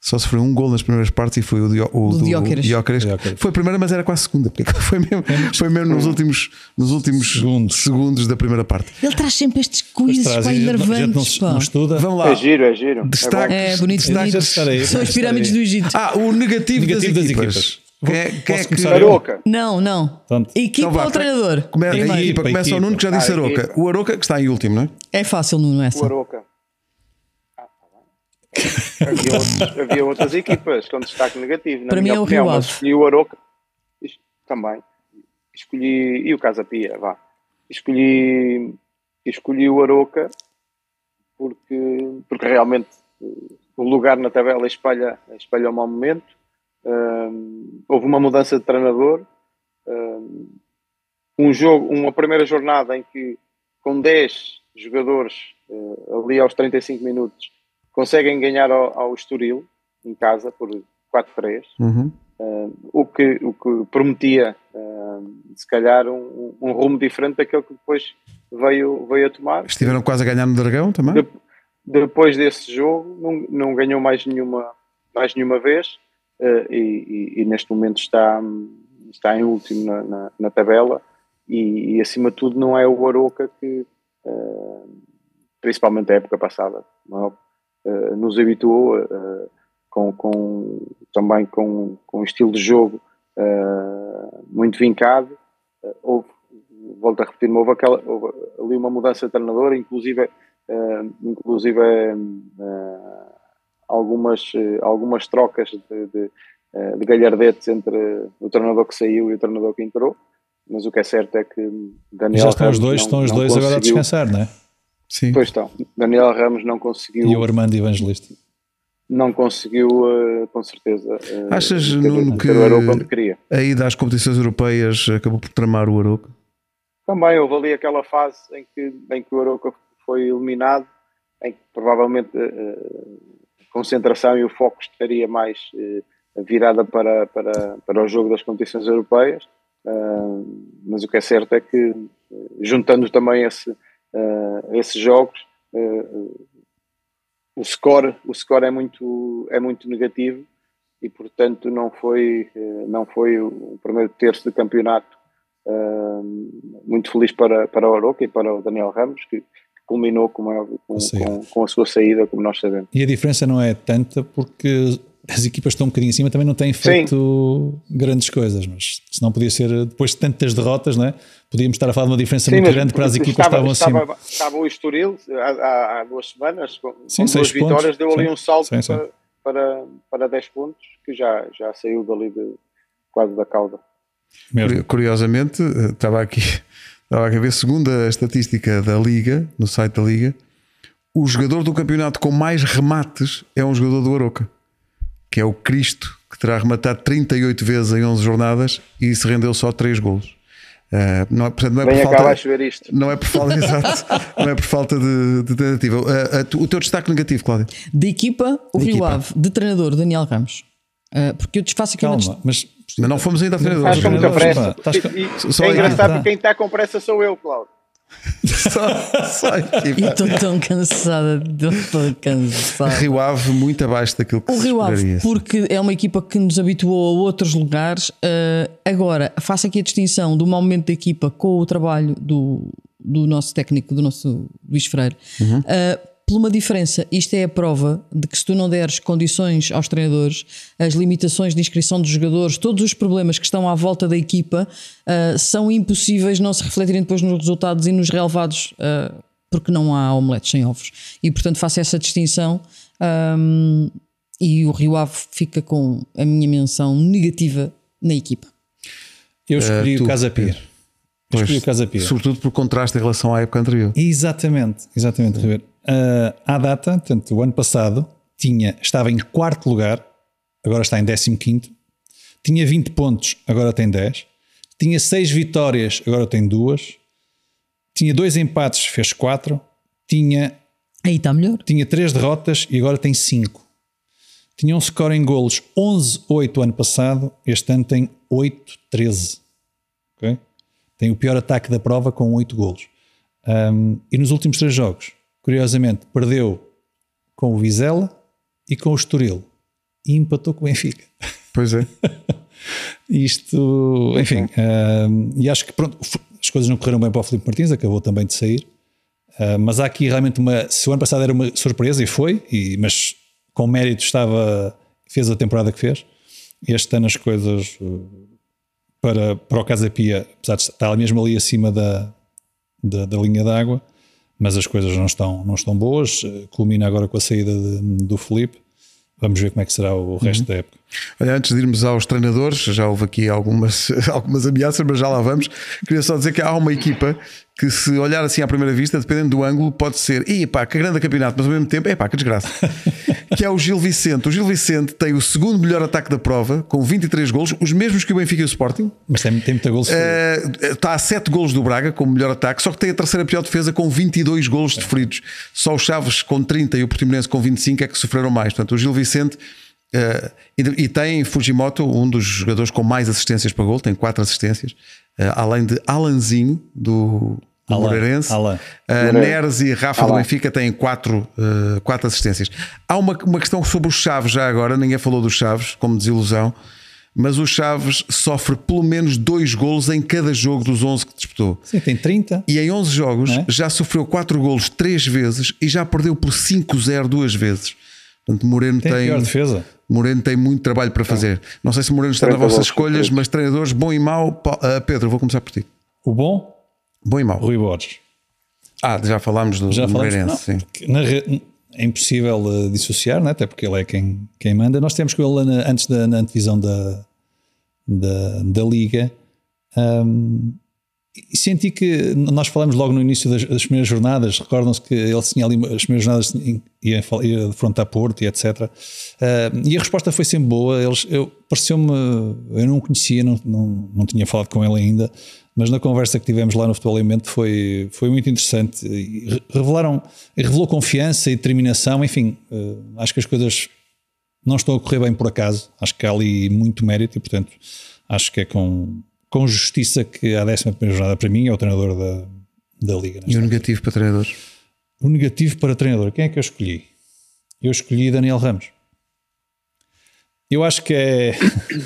Só sofreu um gol nas primeiras partes e foi o, Dio, o
Do Dióqueres.
Dióqueres.
Dióqueres.
Foi a primeira, mas era quase a segunda. Porque [LAUGHS] foi mesmo, foi mesmo nos últimos, nos últimos
Segundos.
segundos da primeira parte.
Ele traz sempre estes
Mas
quizzes
traz,
para
a gente não- a gente não
enervantes.
se- não
pá.
estuda.
Vamos lá.
É giro, é giro.
Destaque.
É
É, bonito,
Destaques
bonito.
estar aí,
São as
estar
pirâmides
aí.
do Egito.
Ah, o negativo,
Negativo
das,
das
equipas.
equipas.
Quem é, quem é
Posso
que-
bom.
começar eu?
Aroca.
Não, não.
Portanto.
Equipa
Então vá,
ou é treinador?
Come-
Equipa,
a equipa,
equipa.
começa o Nuno que já disse
Ah,
Aroca.
equipa.
O Aroca que está em último, não é?
É fácil, não é? essa?
O Aroca. Ah, tá bem. Havia, outros- havia outras equipas com destaque negativo. Na
Para
minha
mim é o
opinião,
Rio
mas
Ave.
escolhi o Aroca. Es- Também. Escolhi. E o Casa Pia, vá. Escolhi. Escolhi o Aroca porque, porque realmente eh, o lugar na tabela espalha, espalha o mau momento. Hum, houve uma mudança de treinador. Hum, um jogo, uma primeira jornada em que com 10 jogadores eh, ali aos 35 minutos conseguem ganhar ao, ao Estoril em casa por 4-3,
Uhum.
o que, o que prometia eh, se calhar um, um rumo diferente daquele que depois veio, veio a tomar.
Estiveram quase a ganhar no Dragão também.
De- depois desse jogo não, não ganhou mais nenhuma, mais nenhuma vez eh, e, e- e neste momento está, está em último na, na- na tabela e, e, acima de tudo não é o Aroca que eh, principalmente a época passada não é? Eh, nos habituou eh, com, com- também com, com um estilo de jogo eh, muito vincado Eh, houve, volto a repetir houve, aquela, houve ali uma mudança de treinador inclusive eh, inclusive eh, algumas, eh, algumas trocas de, de, eh, de galhardetes entre o treinador que saiu e o treinador que entrou, mas o que é certo é que
E
Daniel
já estão
Ramos
os dois,
não-
estão os
não
dois agora a
conseguiu-
descansar, não é?
Sim.
Pois estão, Daniel Ramos não
E o
conseguiu,
Armando Evangelista.
não conseguiu eh, com certeza eh,
Achas,
ter-
Nuno,
ter
que-
o Aroca onde queria.
A ida às competições europeias acabou por tramar o Aroca.
Também houve ali aquela fase em que, em que o Aroca foi eliminado, em que provavelmente eh, a concentração e o foco estaria mais eh, virada para, para, para o jogo das competições europeias, Ah, mas o que é certo é que, eh, juntando também esse, ah, esses jogos, eh, o score, o score é, muito, é muito negativo e portanto não foi, eh, não foi o primeiro terço de campeonato ah, muito feliz para, para o Aroca e para o Daniel Ramos que, que culminou como é óbvio, com,
A saída.
com, com a sua saída, como nós sabemos.
E a diferença não é tanta porque as equipas que estão um bocadinho acima também não têm feito grandes coisas, mas se não podia ser depois de tantas derrotas, não é? Podíamos estar a falar de uma diferença muito
mas
grande para as equipas que
estava,
estavam acima.
estava, estava o Estoril há, há- há duas semanas, com,
Sim,
com
seis
duas vitórias,
pontos.
deu ali
Sim,
um salto
sim, sim.
Para, para, para 10 pontos, que já, já saiu dali de, quase da cauda.
Mesmo.
Curio- Curiosamente, eh, estava aqui, [LAUGHS] estava aqui a ver, segundo a estatística da Liga, no site da Liga, o jogador do campeonato com mais remates é um jogador do Aroca, que é o Cristo, que terá rematado 38 vezes em 11 jornadas e se rendeu só 3 golos. Eh, não é, portanto, não é
Venha
por
cá
falta,
abaixo ver isto.
não é por falta, [LAUGHS] exato, não é por falta de, de tentativa. Eh, eh, tu- o teu destaque negativo, Cláudio?
De equipa, o
De
Rio
equipa.
Ave, de treinador, Daniel Ramos. Ah, porque eu desfaço aqui uma
Calma, mas
Mas não fomos ainda a treinador.
Estás com muita
Treinadores,
pressa.
pá, estás com-
E- e-
só
é
aí.
engraçado
Ah, tá.
porque quem está com pressa sou eu, Cláudio.
[LAUGHS] Só- só equipa.
Eu estou tão cansada, estou cansada.
Rio Ave muito abaixo daquilo que
O
se
Rio Ave,
esperaria.
porque é uma equipa que nos habituou a outros lugares. eh, agora, faço aqui a distinção do mau momento da equipa com o trabalho do, do nosso técnico, do nosso Luís Freire.
Uhum.
Eh, por uma diferença, isto é a prova de que se tu não deres condições aos treinadores, as limitações de inscrição dos jogadores, todos os problemas que estão à volta da equipa eh, são impossíveis não se refletirem depois nos resultados e nos relevados, eh, porque não há omeletes sem ovos. E portanto faço essa distinção. ehm, ahm, e o Rio Ave fica com a minha menção negativa na equipa.
Eh,
eu escolhi
tu,
o Casa Pia. Eu escolhi o Casa Pia.
Sobretudo por contraste em relação à época anterior.
Exatamente, exatamente, Ribeiro. Ah, à data, portanto, o ano passado, tinha, estava em quarto lugar, agora está em 15. Tinha 20 pontos, agora tem 10. Tinha 6 vitórias, agora tem 2. Tinha 2 empates, fez 4. Tinha
Aí está melhor.
tinha 3 derrotas e agora tem 5. Tinha um score em golos 11-8 ano passado, este ano tem 8-13. ok? Tem o pior ataque da prova com 8 golos. Ahm, e nos últimos 3 jogos, curiosamente, perdeu com o Vizela e com o Estoril. E empatou com o Benfica.
Pois é.
Isto, enfim, ahm, e acho que pronto, f- as coisas não correram bem para o Filipe Martins, acabou também de sair. Ah, mas há aqui realmente uma. Se o ano passado era uma surpresa, e foi, e- mas com mérito estava. fez a temporada que fez. Este ano as coisas uh, para, para o Casa Pia, apesar de estar mesmo ali acima da, da, da linha d'água, mas as coisas não estão, não estão boas. Eh, Culmina agora com a saída de- do Filipe. Vamos ver como é que será o resto da época.
Olha, antes de irmos aos treinadores, já houve aqui algumas, [LAUGHS] algumas ameaças, mas já lá vamos. Queria só dizer que há uma equipa que, se olhar assim à primeira vista, dependendo do ângulo, pode ser, e pá, que grande campeonato, mas ao mesmo tempo, é pá, que desgraça. que é o Gil Vicente. O Gil Vicente tem o segundo melhor ataque da prova, com 23 golos, os mesmos que o Benfica e o Sporting.
Mas tem, tem muita gols.
Eh, está a 7 golos do Braga como melhor ataque, só que tem a terceira pior defesa com 22 golos sofridos. Só os Chaves com 30 e o Portimonense com 25 é que sofreram mais. Portanto, o Gil Vicente eh, e, e tem Fujimoto, um dos jogadores com mais assistências para gol, tem 4 assistências, eh, além de Alanzinho do, do
Alan,
Moreirense.
Alan.
Eh, Neres e Rafa do
Alan.
Benfica têm 4 quatro assistências. Há uma, uma questão sobre os Chaves já agora, ninguém falou dos Chaves como desilusão mas o Chaves sofre pelo menos dois golos em cada jogo dos 11 que disputou.
Sim, tem 30.
E em 11 jogos
Não é?
já sofreu 4 golos 3 vezes e já perdeu por 5-0 duas vezes. Portanto, Moreno tem,
Tem a pior defesa.
Moreno tem muito trabalho para fazer. Não sei se Moreno está nas
30
vossas
golos
escolhas, mas treinadores bom e mau. Pa- ah, Pedro, vou começar por ti.
O bom,
Bom e mau.
Rui Borges.
Ah, já falámos do,
Já
do
falamos não,
Moreirense. sim.
porque na re- é impossível eh, dissociar, né? até porque ele é quem, quem manda. Nós temos com ele na- antes da na antevisão da, da, da Liga. ahm, e senti que nós falamos logo no início das, das primeiras jornadas, recordam-se que ele tinha ali as primeiras jornadas tinha- ia, fal- ia defrontar Porto e etc. Ah, e a resposta foi sempre boa. Eles, eu pareceu-me, eu não o conhecia, não, não, não tinha falado com ele ainda, Mas na conversa que tivemos lá no Futebol em Mente foi, foi muito interessante. E re- Revelaram, e revelou confiança e determinação, enfim, eh, acho que as coisas não estão a correr bem por acaso. Acho que há ali muito mérito e, portanto, acho que é com, com justiça que a 11 jornada para mim é o treinador da, da Liga.
E
nesta
o negativo para treinadores.
o negativo para treinador, quem é que eu escolhi? Eu escolhi Daniel Ramos. Eu acho que é.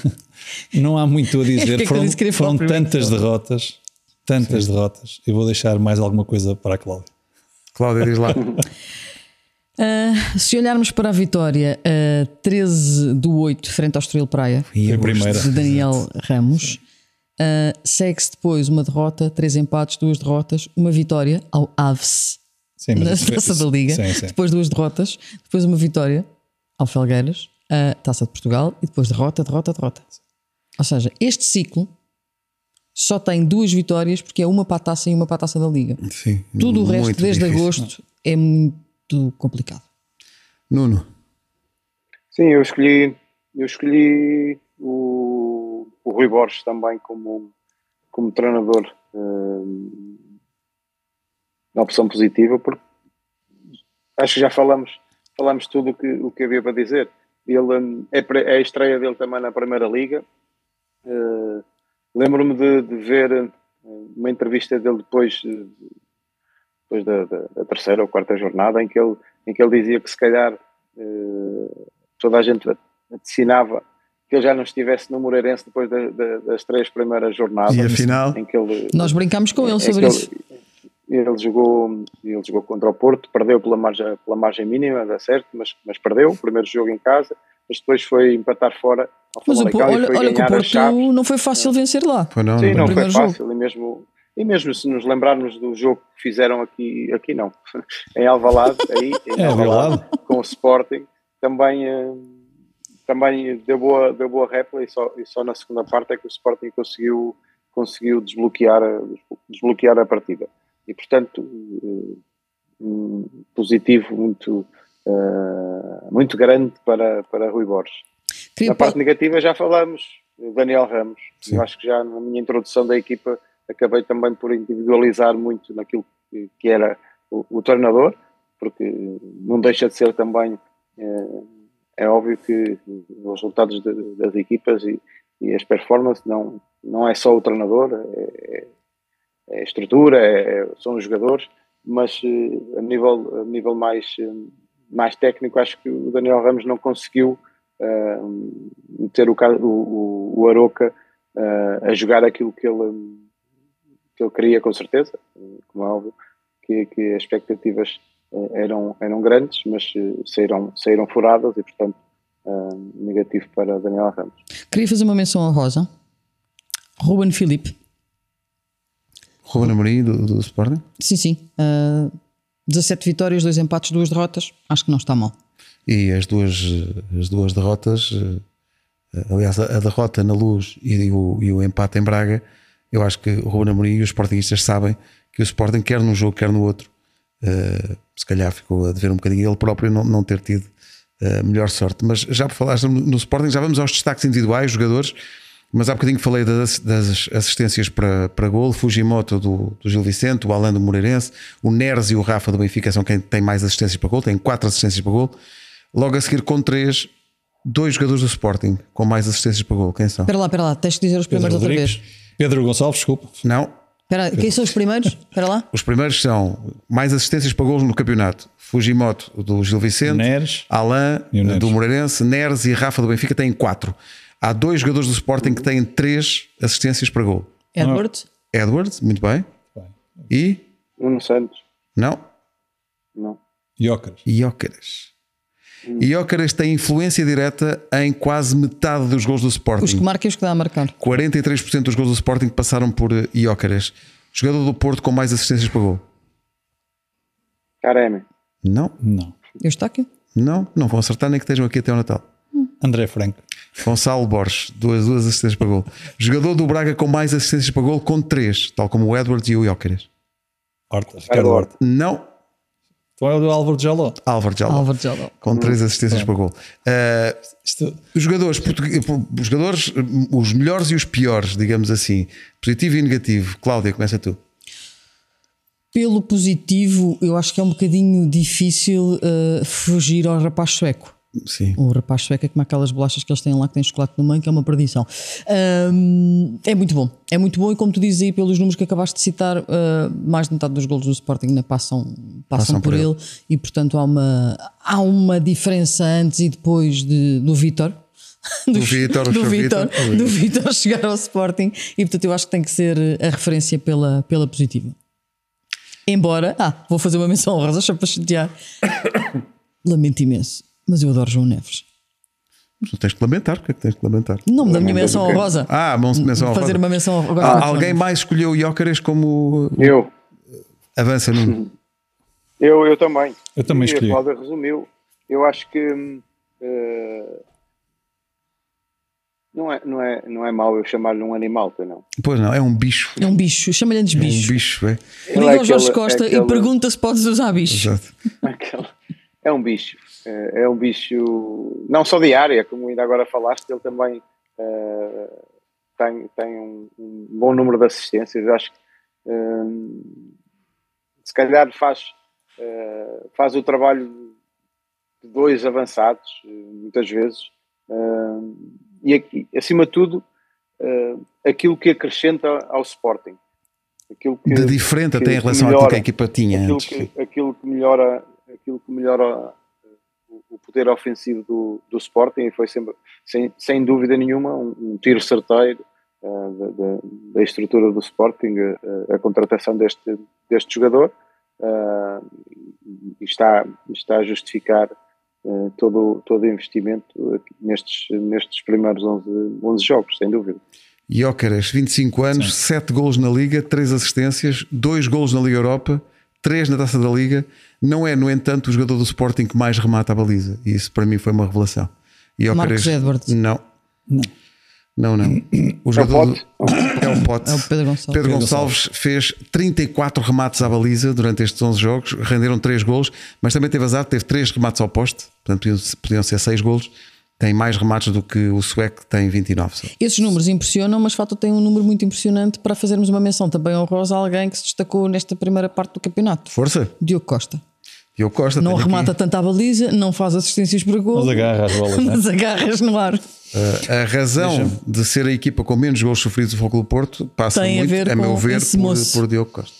[LAUGHS] não há muito a
[LAUGHS] É
dizer.
que eu
foram
disse que queria falar
foram
primeiro.
tantas derrotas, tantas derrotas. Eu vou deixar mais alguma coisa para a Cláudia.
Cláudia
[LAUGHS]
diz lá.
Ah, se olharmos para a vitória ah, 13 do 8 frente ao Estoril Praia
Foi a primeira.
de Daniel Ramos, ah, segue-se depois uma derrota, três empates, duas derrotas, uma vitória ao Aves
Sim,
na
isso-
Taça
isso-
da Liga,
Sim, sim.
depois duas derrotas, depois uma vitória ao Felgueiras, a Taça de Portugal e depois derrota, derrota, derrota. Ou seja, este ciclo só tem duas vitórias porque é uma para a Taça e uma para a Taça da Liga.
Sim,
Tudo o
É muito
resto, desde
difícil.
agosto, é muito complicado.
Nuno,
Sim, eu escolhi, eu escolhi o, o Rui Borges também como, como treinador hum, na opção positiva, porque acho que já falamos, falamos tudo o que, o que havia para dizer. Ele, hum, é, pre- é a estreia dele também na Primeira Liga. Eh, Lembro-me de, de ver eh, uma entrevista dele depois, eh, depois da, da- da terceira ou quarta jornada, em que ele, em que ele dizia que se calhar eh, toda a gente adicinava que ele já não estivesse no Moreirense depois da- da- das três primeiras jornadas.
E afinal?
Em que ele,
Nós brincámos com
é
ele
que
sobre isso.
Ele, ele jogou, ele jogou contra o Porto, perdeu pela margem, pela margem mínima, dá certo, mas, mas perdeu o primeiro jogo em casa, mas depois foi empatar fora ao
Mas o, Po-
Famalicão e
olha,
foi
olha que o
ganhar a Chaves.
Porto não foi fácil vencer lá.
foi não?
Sim,
não.
não
é?
foi
primeiro jogo.
fácil, e mesmo, e mesmo se nos lembrarmos do jogo que fizeram aqui, aqui não, [LAUGHS] em Alvalade, aí em
É,
Alvalade,
Alvalade.
com o Sporting, também, eh, também deu boa, deu boa réplica e só, e só na segunda parte é que o Sporting conseguiu, conseguiu desbloquear, a- desbloquear a partida. E portanto, eh, um positivo muito, eh, muito grande para, para Rui Borges.
Queria
Na parte negativa já falamos, Daniel Ramos.
Sim.
Eu acho que já na minha introdução da equipa acabei também por individualizar muito naquilo que- que era o, o treinador, porque não deixa de ser também, eh, é, óbvio que os resultados de- das equipas e, e as performances não, não é só o treinador, é, é a estrutura, é- são os jogadores, mas eh, a nível, a nível mais, eh, mais técnico acho que o Daniel Ramos não conseguiu uh, meter o, ca- o, o, o Aroca uh, a jogar aquilo que ele, um, que ele queria, com certeza, uh, como é óbvio, que, que as expectativas uh, eram, eram grandes, mas uh, saíram, saíram furadas e, portanto, uh, negativo para Daniel Ramos.
Queria fazer uma menção à Rosa. Ruben Filipe.
Ruben Amorim do, do Sporting.
Sim, sim. Ah, 17 vitórias, 2 empates, 2 derrotas. Acho que não está mal.
E as duas, eh, as duas derrotas, eh, aliás, a, a derrota na Luz e o, e o empate em Braga, eu acho que o Ruben Amorim e os Sportingistas sabem que o Sporting, quer num jogo, quer no outro, eh, se calhar ficou a dever um bocadinho ele próprio não, não ter tido eh, melhor sorte. Mas já por falar no, no Sporting, já vamos aos destaques individuais, jogadores, mas há bocadinho falei das, das assistências para, para gol, Fujimoto do, do Gil Vicente, o Alan do Moreirense, o Neres e o Rafa do Benfica são quem tem mais assistências para gol, tem quatro assistências para gol. Logo a seguir, com três, dois jogadores do Sporting com mais assistências para gol. Quem são?
Espera lá, espera lá. Tens de dizer os primeiros outra vez.
Pedro Gonçalves, desculpa.
Não,
Espera aí, Quem são os primeiros? Espera
[LAUGHS]
lá.
os primeiros são mais assistências para gols no campeonato. Fujimoto do Gil Vicente,
Neres.
Alain
E o Neres.
do Moreirense, Neres e Rafa do Benfica têm quatro. Há dois jogadores do Sporting que têm três assistências para gol.
Edward.
Edwards, muito bem.
Bem,
E.
Nuno Santos,
Não,
não.
Jócaras.
Iócaras. Iócaras tem influência direta em quase metade dos gols do
Os que
Sporting.
marcam e os que dá a marcar.
43% dos gols do Sporting passaram por eh, Iócaras. Jogador do Porto com mais assistências para gol.
Careme,
Não,
Não.
Eu está aqui.
não, não vão acertar nem que estejam aqui até ao Natal.
André Franco.
Gonçalo Borges, duas, duas assistências para gol. Jogador do Braga com mais assistências para gol, com três, tal como o Edwards e o Iócaras.
Horta. Ricardo Horta.
Não,
Então é o do Álvaro de Jaló.
Álvaro Jaló.
Álvaro Jaló.
Com três assistências para gol. Ah,
Isto,
os jogadores, portugue- eh, os jogadores, eh, os melhores e os piores, digamos assim, positivo e negativo. Cláudia, começa tu.
Pelo positivo, eu acho que é um bocadinho difícil eh, fugir ao rapaz sueco.
Sim.
O rapaz sueco é como aquelas bolachas que eles têm lá que tem chocolate no meio, que é uma perdição. Ahm, é muito bom, é muito bom e como tu dizes aí pelos números que acabaste de citar, ah, mais de metade dos golos do Sporting ainda passam, passam,
Passam por
por, ele. e portanto há uma, há uma diferença antes e depois de- do [LAUGHS] Vitor.
Do Vítor, o
do
Sr.
Vítor,
Vítor.
do Vítor [LAUGHS] chegar ao Sporting e portanto eu acho que tem que ser eh, a referência pela, pela positiva. Embora, ah, vou fazer uma menção honrosa só para chatear. [COUGHS] Lamento imenso, mas eu adoro João Neves.
Mas Não tens que lamentar, porque é que tens que lamentar?
Não me dá a minha
Lamento
menção
do quê?
honrosa.
Ah, vamos começar
Vou
a
fazer uma menção honrosa.
Ah, alguém mais escolheu o Jócares como
Eu,
avança no.
eu, eu também.
eu também
E
escolhi.
a Cláudia resumiu. Eu acho que hum, eh, não, é, não, é, não é mau eu chamar-lhe um animal, pois não.
Pois não, é um bicho.
É um bicho, chama-lhe antes
É
bicho.
Um bicho, é.
Liga
Ele é
ao Jorge
aquele-
Costa
é aquele- [LAUGHS]
e pergunta se podes usar bicho.
Exato.
Aquela- É um bicho. É é um bicho não só de área, como ainda agora falaste, ele também eh, tem, tem um, um bom número de assistências. Acho que eh, se calhar faz, eh, faz o trabalho de dois avançados, eh, muitas vezes, Eh, e aqui, acima de tudo, eh, aquilo que acrescenta ao Sporting. Aquilo que,
De diferente
que-
até em
que
relação àquilo que a
melhora
equipa tinha
aquilo
antes.
que, aquilo que melhora, aquilo que melhora eh, o- o poder ofensivo do, do Sporting e foi sempre, sem, sem dúvida nenhuma, um, um tiro certeiro eh, da, da- da estrutura do Sporting, eh, eh, a contratação deste, deste jogador eh, e está, está a justificar eh, todo, todo o investimento aqui nestes, nestes primeiros 11, 11 jogos, sem dúvida.
Jócares, 25 anos, 7 golos na Liga, 3 assistências, 2 golos na Liga Europa, 3 na Taça da Liga. Não é, no entanto, o jogador do Sporting que mais remata a baliza. E isso para mim foi uma revelação. Jócares,
Marcos Edwards.
Não. Não, não. O do-
Pote?
é o Pote.
É o Pedro Gonçalves.
Pedro Gonçalves fez 34 remates à baliza durante estes 11 jogos, renderam 3 golos, mas também teve azar, teve 3 remates ao poste, portanto podiam, podiam ser 6 golos. Tem mais remates do que o sueco, que tem 29. só.
Esses números impressionam, mas falta tem um número muito impressionante para fazermos uma menção também honrosa a alguém que se destacou nesta primeira parte do campeonato.
Força!
Diogo Costa.
Diogo Costa.
Não
tenho
remata
aqui,
tanto à baliza, não faz assistências para gol,
Mas agarra as bolas, né?
[LAUGHS] mas agarras no ar.
uh, a razão de ser a equipa com menos gols sofridos do Futebol do Porto passa
Tem a
muito,
ver
a,
com
meu ver,
esse
por,
moço.
por Diogo Costa.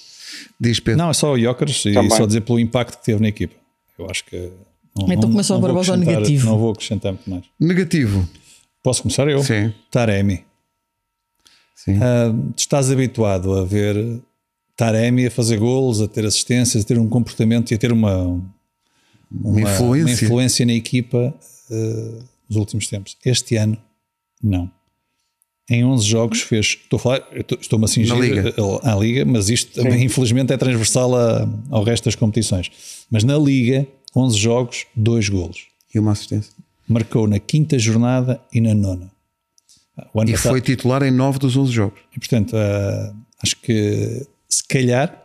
Diz Pedro.
Não, é só o Jokers e
Também.
só dizer pelo impacto que teve na equipa. Eu acho que. Não,
Então começa o
vou
Barbosa ao
acrescentar-
negativo.
Não vou acrescentar muito mais.
Negativo.
Posso começar eu?
Sim.
Taremi.
Sim.
Ah, tu estás habituado a ver Taremi a fazer golos, a ter assistências, a ter um comportamento e a ter uma, uma,
uma, influência.
uma influência na equipa ah, nos últimos tempos. Este ano, não. Em 11 jogos fez. Estou a falar, eu estou- estou-me a
Na
cingir
Liga.
à Liga, mas isto também, infelizmente, é transversal a- ao resto das competições. Mas na Liga, 11 jogos, 2 golos.
E uma assistência.
Marcou na quinta jornada e na nona. O ano
E
passado-
foi titular em 9 dos 11 jogos.
e, portanto, ah, acho que se calhar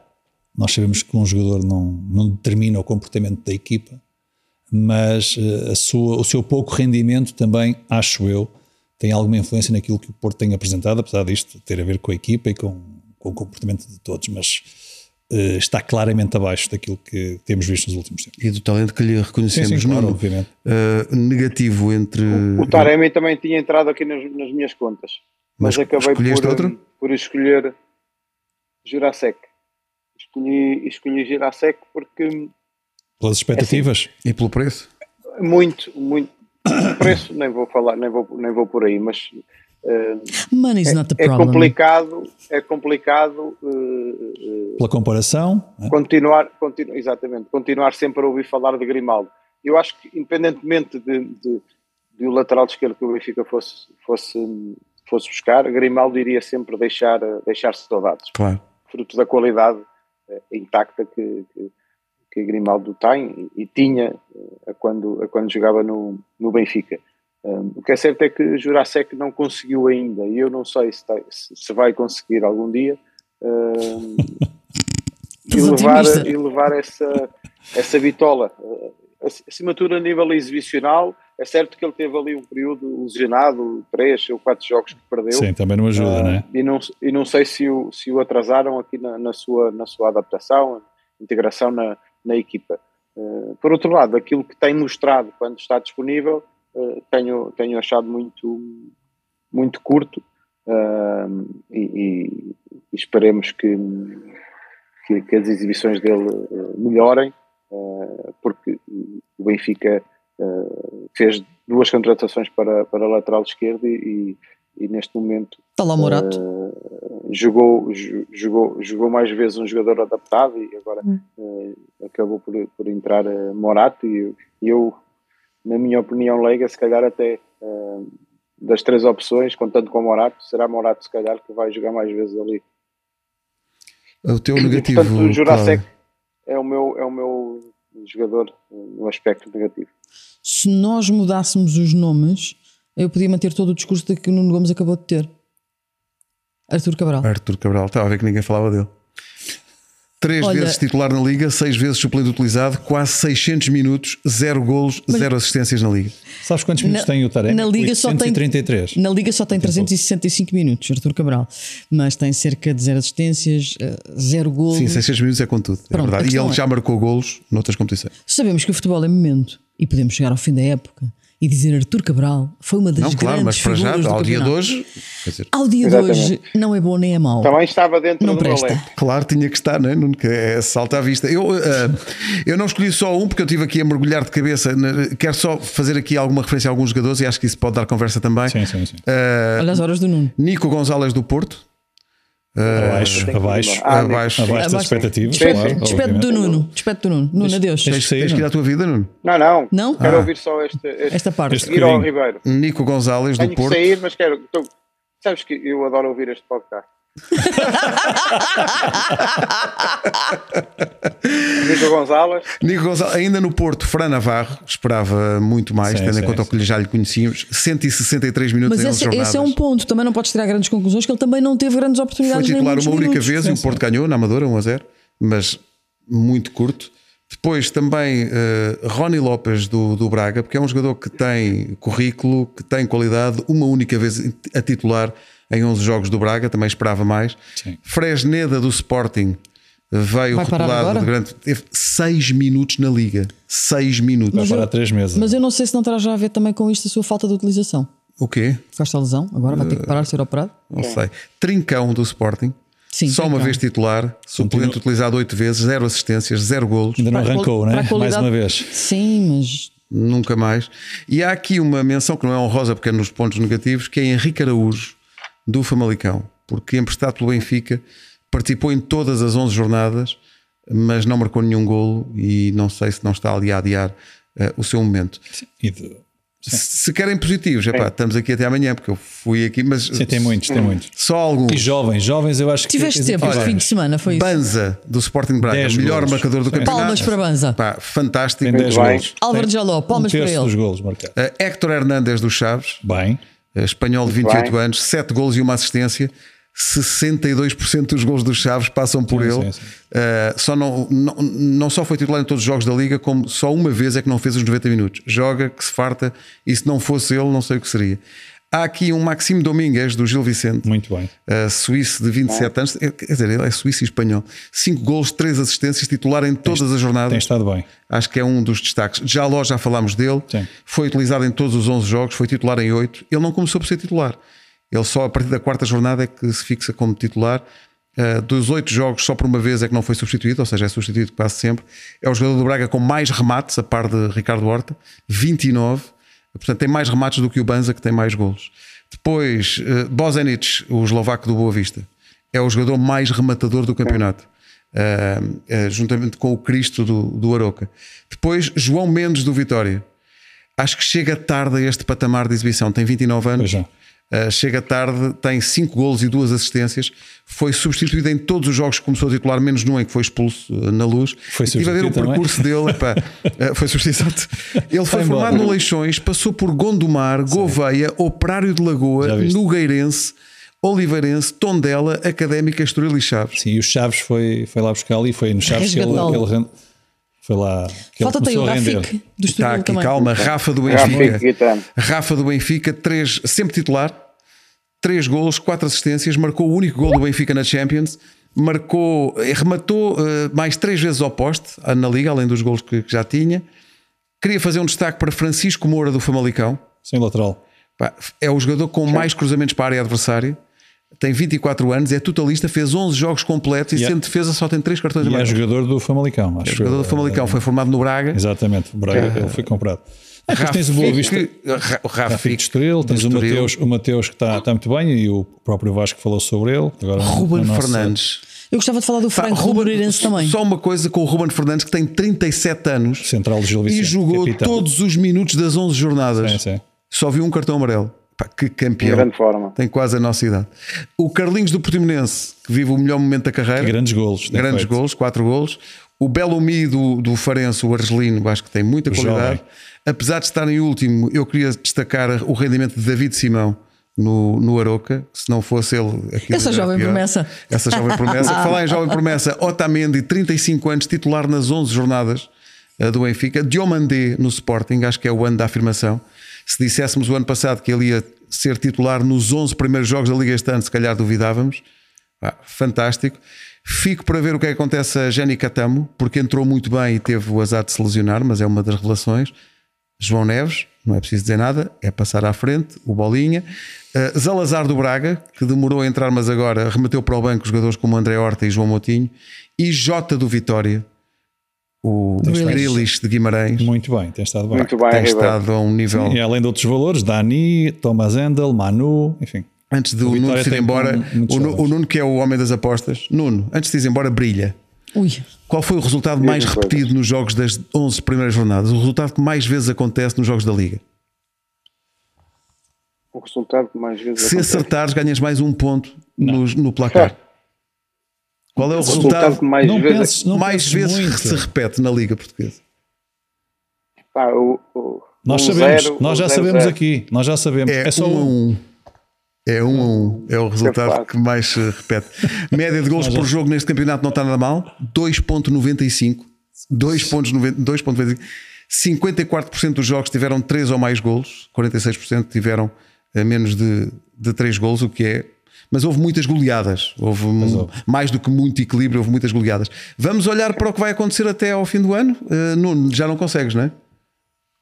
nós sabemos que um jogador não, não determina o comportamento da equipa, mas ah, a sua, o seu pouco rendimento também, acho eu, tem alguma influência naquilo que o Porto tem apresentado, apesar disto ter a ver com a equipa e com, com o comportamento de todos, mas ah, está claramente abaixo daquilo que temos visto nos últimos tempos.
E do talento que lhe reconhecemos.
Sim, sim, claro,
Nuno,
obviamente.
uh, negativo entre.
O Taremi também tinha entrado aqui nas, nas minhas contas, mas,
Mas
acabei
escolheste
por,
outro?
por escolher Jurasek. Escolhi, escolhi Jurasek porque
Pelas expectativas,
E pelo preço?
muito, muito preço, nem vou falar, nem vou, nem vou por aí, mas eh,
Money is not the
é
problem.
complicado, é complicado eh, eh,
pela comparação, né?
continuar, continu, exatamente, continuar sempre a ouvir falar de Grimaldo. Eu acho que, independentemente de, de, de o lateral de esquerdo que o Benfica fosse, fosse, fosse buscar, Grimaldo iria sempre deixar, deixar saudades,
Claro.
fruto da qualidade eh, intacta que, que, que Grimaldo tem e, e tinha eh, a quando, a quando jogava no, no Benfica. Um, o que é certo é que Jurasek não conseguiu ainda, e eu não sei se, tem- se- se vai conseguir algum dia. Um, e
Estás
levar,
otimista.
e levar essa, essa bitola. Eh, ac- Acima de tudo, a nível exibicional, é certo que ele teve ali um período lesionado, três ou quatro jogos que perdeu.
Sim, também não ajuda,
Ah,
não é?
E não, e não sei se o, se o atrasaram aqui na, na sua, na sua adaptação, integração na, na equipa. Eh, por outro lado, aquilo que tem mostrado quando está disponível, eh, tenho, tenho achado muito, muito curto ah, e, e- e esperemos que, que, que as exibições dele eh, melhorem, ah, porque o Benfica eh, fez duas contratações para, para a lateral esquerda e- e neste momento
Está Tá lá o Morato.
eh, jogou, ju- jogou, jogou mais vezes um jogador adaptado e agora
Hum.
eh, acabou por, por entrar eh, Morato e eu- e eu, na minha opinião leiga, se calhar até eh, das três opções, contando com Morato, será Morato se calhar que vai jogar mais vezes ali.
O teu
E,
negativo.
portanto, o Jurasek
Cláudio.
é o meu, é o meu jogador eh, no aspecto negativo.
Se nós mudássemos os nomes, eu podia manter todo o discurso de que o Nuno Gomes acabou de ter. Arthur Cabral.
Arthur Cabral, estava a ver que ninguém falava dele. Três
Olha-
vezes titular na Liga, seis vezes suplente utilizado, quase 600 minutos, zero golos, zero assistências na Liga.
Sabes quantos minutos tem o Tarek?
na liga só tem
833.
Na liga só tem 365 minutos, Arthur Cabral, mas tem cerca de zero assistências, eh, zero golos.
Sim, 600 minutos é com tudo. é
Pronto, a
verdade. E
questão
ele
é-
já marcou golos noutras competições.
Sabemos que o futebol é momento e podemos chegar ao fim da época e dizer Arthur Cabral foi uma das
Não,
grandes
claro, mas para já,
figuras do
ao dia de
campeonato.
hoje, quer dizer,
Ao dia de
Exatamente. Tá
hoje não é bom nem é mau.
Também estava dentro
Não
do meu
presta.
leque.
Claro, tinha que estar, não é? Nuno? Que é salto à vista. Eu, eh, eu não escolhi só um, porque eu estive aqui a mergulhar de cabeça. Na- Quero só fazer aqui alguma referência a alguns jogadores e acho que isso pode dar conversa também.
Sim, sim, sim.
Ah,
Olha as horas do Nuno.
Nico Gonzalez do Porto,
abaixo, abaixo,
Ah,
abaixo.
abaixo das
Abaixo.
expectativas.
Sim,
claro,
sim.
Despeto do
obviamente.
Nuno, despeto do Nuno. Nuno, adeus.
tens-
Tens, tens que ir à tua vida, Nuno.
Não, não.
Não?
Quero
Ah.
ouvir só este, este,
Esta parte.
Este
seguir ao
bocadinho.
Ribeiro.
Nico Gonzalez do
Tenho que
Porto.
sair, mas quero. tu- sabes que eu adoro ouvir este
[LAUGHS]
podcast. Vitor Gonzalez,
Nico Gonzalez, ainda no Porto, Fran Navarro, esperava muito mais,
Sim,
tendo em
sim,
conta o
sim.
que já lhe conhecíamos. 163 minutos
Mas
em 11
esse,
jornadas.
esse é um ponto, também não podes tirar grandes conclusões que ele também não teve grandes
Foi
oportunidades. nem
titular
muitos
uma única
minutos.
vez e o Porto ganhou na Amadora 1 a 0, mas muito curto. Depois também eh, Rony Lopes do, do Braga, porque é um jogador que tem currículo, que tem qualidade, uma única vez a titular em 11 jogos do Braga, também esperava mais.
Sim.
Fresneda do Sporting eh, veio
Vai parar
rotulado
agora?
de grande. Teve 6 minutos na liga. 6 minutos.
Vai
eu-
parar três meses.
Mas eu não sei se não terá já a ver também com isto a sua falta de utilização.
O quê?
Ficaste a lesão, agora vai ter que parar de ser operado.
Não sei. Trincão do Sporting.
É. Sim,
Só uma
Trincão.
vez titular, suplente
Continua.
utilizado 8 vezes, zero assistências, zero golos.
Ainda não
Para a
arrancou,
quali-
né?
para a
Mais
qualidade-
uma vez.
Sim, mas
Nunca mais. E há aqui uma menção que não é honrosa, porque é nos pontos negativos, que é Henrique Araújo, do Famalicão, porque emprestado pelo Benfica, participou em todas as 11 jornadas, mas não marcou nenhum golo e não sei se não está ali a adiar eh, o seu momento.
E de-
Se, se querem positivos, epá, estamos aqui até amanhã, porque eu fui aqui, mas
Sim, tem muitos,
Hum.
tem muitos.
só alguns.
E jovens, jovens eu acho que...
tiveste tempo este
olha,
fim de semana, foi isso.
Banza, do Sporting Braga,
Dez
melhor
golos.
marcador do
Sim.
campeonato.
Palmas para Banza.
Pá, fantástico.
Tem 10
bem.
golos.
Álvaro
Tem
Jaló, palmas
um
para
terço
ele.
dos golos marcados.
Eh, Héctor Hernandes dos Chaves,
Bem.
Eh, espanhol de
Muito
28
bem.
anos, 7 golos e uma assistência. 62% dos golos dos Chaves passam por
Sim,
ele.
sim, sim.
Uh, só não, não, não só foi titular em todos os jogos da Liga, como só uma vez é que não fez os 90 minutos. Joga, que se farta, e se não fosse ele, não sei o que seria. Há aqui um Maxime Domingues, do Gil Vicente,
Muito bem.
uh, suíço de 27 anos. Eh, Quer dizer, ele é suíço e espanhol. 5 golos, 3 assistências, titular em todas as jornadas.
Tem estado bem.
Acho que é um dos destaques. Já Ló, já falámos dele.
Sim.
Foi utilizado em todos os 11 jogos, foi titular em 8. Ele não começou por ser titular. Ele só a partir da quarta jornada é que se fixa como titular. Ah, dos 8 jogos, só por uma vez é que não foi substituído, ou seja, é substituído quase sempre. É o jogador do Braga com mais remates, a par de Ricardo Horta, 29. Portanto, tem mais remates do que o Banza, que tem mais golos. Depois, eh, Bozanic, o eslovaco do Boa Vista, é o jogador mais rematador do campeonato. Ah, ah, juntamente com o Cristo do, do Aroca. Depois, João Mendes do Vitória. Acho que chega tarde a este patamar de exibição. Tem 29 anos.
Pois é.
Uh, chega tarde, tem 5 golos e duas assistências. Foi substituído em todos os jogos que começou a titular, menos num em que foi expulso uh, na luz.
Foi
E Estive a ver o
substituído também.
percurso dele.
[LAUGHS]
epá, uh, foi substituído. Ele foi
Vai embora.
formado no Leixões, passou por Gondomar, Gouveia, Operário de Lagoa,
Já viste.
Nogueirense. Oliveirense, Tondela, Académica, Estoril e Chaves.
Sim, e o Chaves foi, foi lá buscar ali, foi no Chaves que ele,
Resgatá-lo.
ele rend- foi lá que ele
Falta tem o
começou a render.
Rafik
Está
do Estoril
Tá aqui,
também.
calma, Rafa do
Rafa
Benfica.
Guitano.
Rafa do Benfica, três, sempre titular, três golos, quatro assistências, marcou o único gol do Benfica na Champions, marcou, eh, rematou eh, mais três vezes ao poste ah, na Liga, além dos golos que, que já tinha. Queria fazer um destaque para Francisco Moura do Famalicão.
Sem lateral.
Pá, É o jogador com mais cruzamentos para a área adversária. Tem 24 anos, é totalista, fez 11 jogos completos e
E é-
sendo defesa só tem três cartões
E é
amarelos.
jogador do Famalicão, acho.
É jogador do
eu.
Famalicão, É. foi formado no Braga.
Exatamente, o Braga, ele foi comprado. Ah, depois tens o Boa Vista.
Rafique- Ra-
Rafique
Rafique
de Estoril,
do
tens o
Estoril.
Mateus, o Mateus que está, está muito bem e o próprio Vasco falou sobre ele. Agora na-
Ruben
na nossa-
Fernandes.
Eu gostava de falar do
Pá,
Franco
Ruben-
Rubeneirense também.
Só uma coisa com o Ruben Fernandes, que tem 37 anos
Central de Gil Vicente.
e jogou
capitão.
todos os minutos das 11 jornadas.
Sim, sim.
Só viu um cartão amarelo. Pá, que
Em
campeão.
Um grande forma.
Tem quase a nossa idade. O Carlinhos do Portimonense, que vive o melhor momento da carreira.
E grandes golos. tem
grandes
feito.
golos, quatro golos. O Belumi do, do Farense, o Argelino, acho que tem muita
Jovem.
qualidade. Apesar de estar em último, eu queria destacar o rendimento de David Simão no, no Aroca, se não fosse ele. aquilo
Essa
era
jovem promessa.
Essa jovem
[LAUGHS]
promessa. Falar em jovem promessa, Otamendi, 35 anos, titular nas 11 jornadas eh, do Benfica. Diomandé no Sporting, acho que é o ano da afirmação. Se disséssemos o ano passado que ele ia ser titular nos 11 primeiros jogos da Liga este ano, se calhar duvidávamos. Pá, fantástico. Fico para ver o que é que acontece a Jenny Catamo, porque entrou muito bem e teve o azar de se lesionar, mas é uma das revelações. João Neves, não é preciso dizer nada, é passar à frente, o Bolinha. Uh, Zalazar do Braga, que demorou a entrar, mas agora remeteu para o banco jogadores como André Horta e João Moutinho. E Jota do Vitória, o
Grealish.
Grealish de Guimarães,
Muito bem, tem estado bem. é.
Muito bem,
tem
Ribeiro.
estado a um nível.
E além de outros valores, Dani, Thomas Endel, Manu, enfim.
Antes do
Vitória
Nuno se ir
tem
embora,
mu- muitos
o, Nu-
jogadores.
o Nuno, que é o homem das apostas, Nuno, antes de ir embora, brilha.
Ui,
Qual foi o resultado mais
coisa.
repetido nos jogos das 11 primeiras jornadas? O resultado que mais vezes acontece nos jogos da Liga?
O resultado que mais vezes
Se
acontece.
acertares, ganhas mais um ponto nos- no,
[LAUGHS]
placar. Qual é o
O resultado
resultado
que mais
não
vezes.
penses, não
mais
penses
vezes
muito.
que se repete na Liga Portuguesa?
Pá, o- o-
Nós
um
o
sabemos,
zero, o
nós já
zero,
sabemos
zero.
aqui, nós já sabemos. É,
É,
só
um a
um.
um. É um a um. É o resultado
fácil.
que mais se repete. Média de gols por jogo neste campeonato não está nada mal. 2.95. 2.90 2.95. 54% dos jogos tiveram 3 ou mais golos. 46% tiveram eh, menos de, de 3 golos, o que é... Mas houve muitas goleadas. Houve um- mais do que muito equilíbrio, houve muitas goleadas. Vamos olhar para o que vai acontecer até ao fim do ano? Eh, Nuno, já não consegues, não é?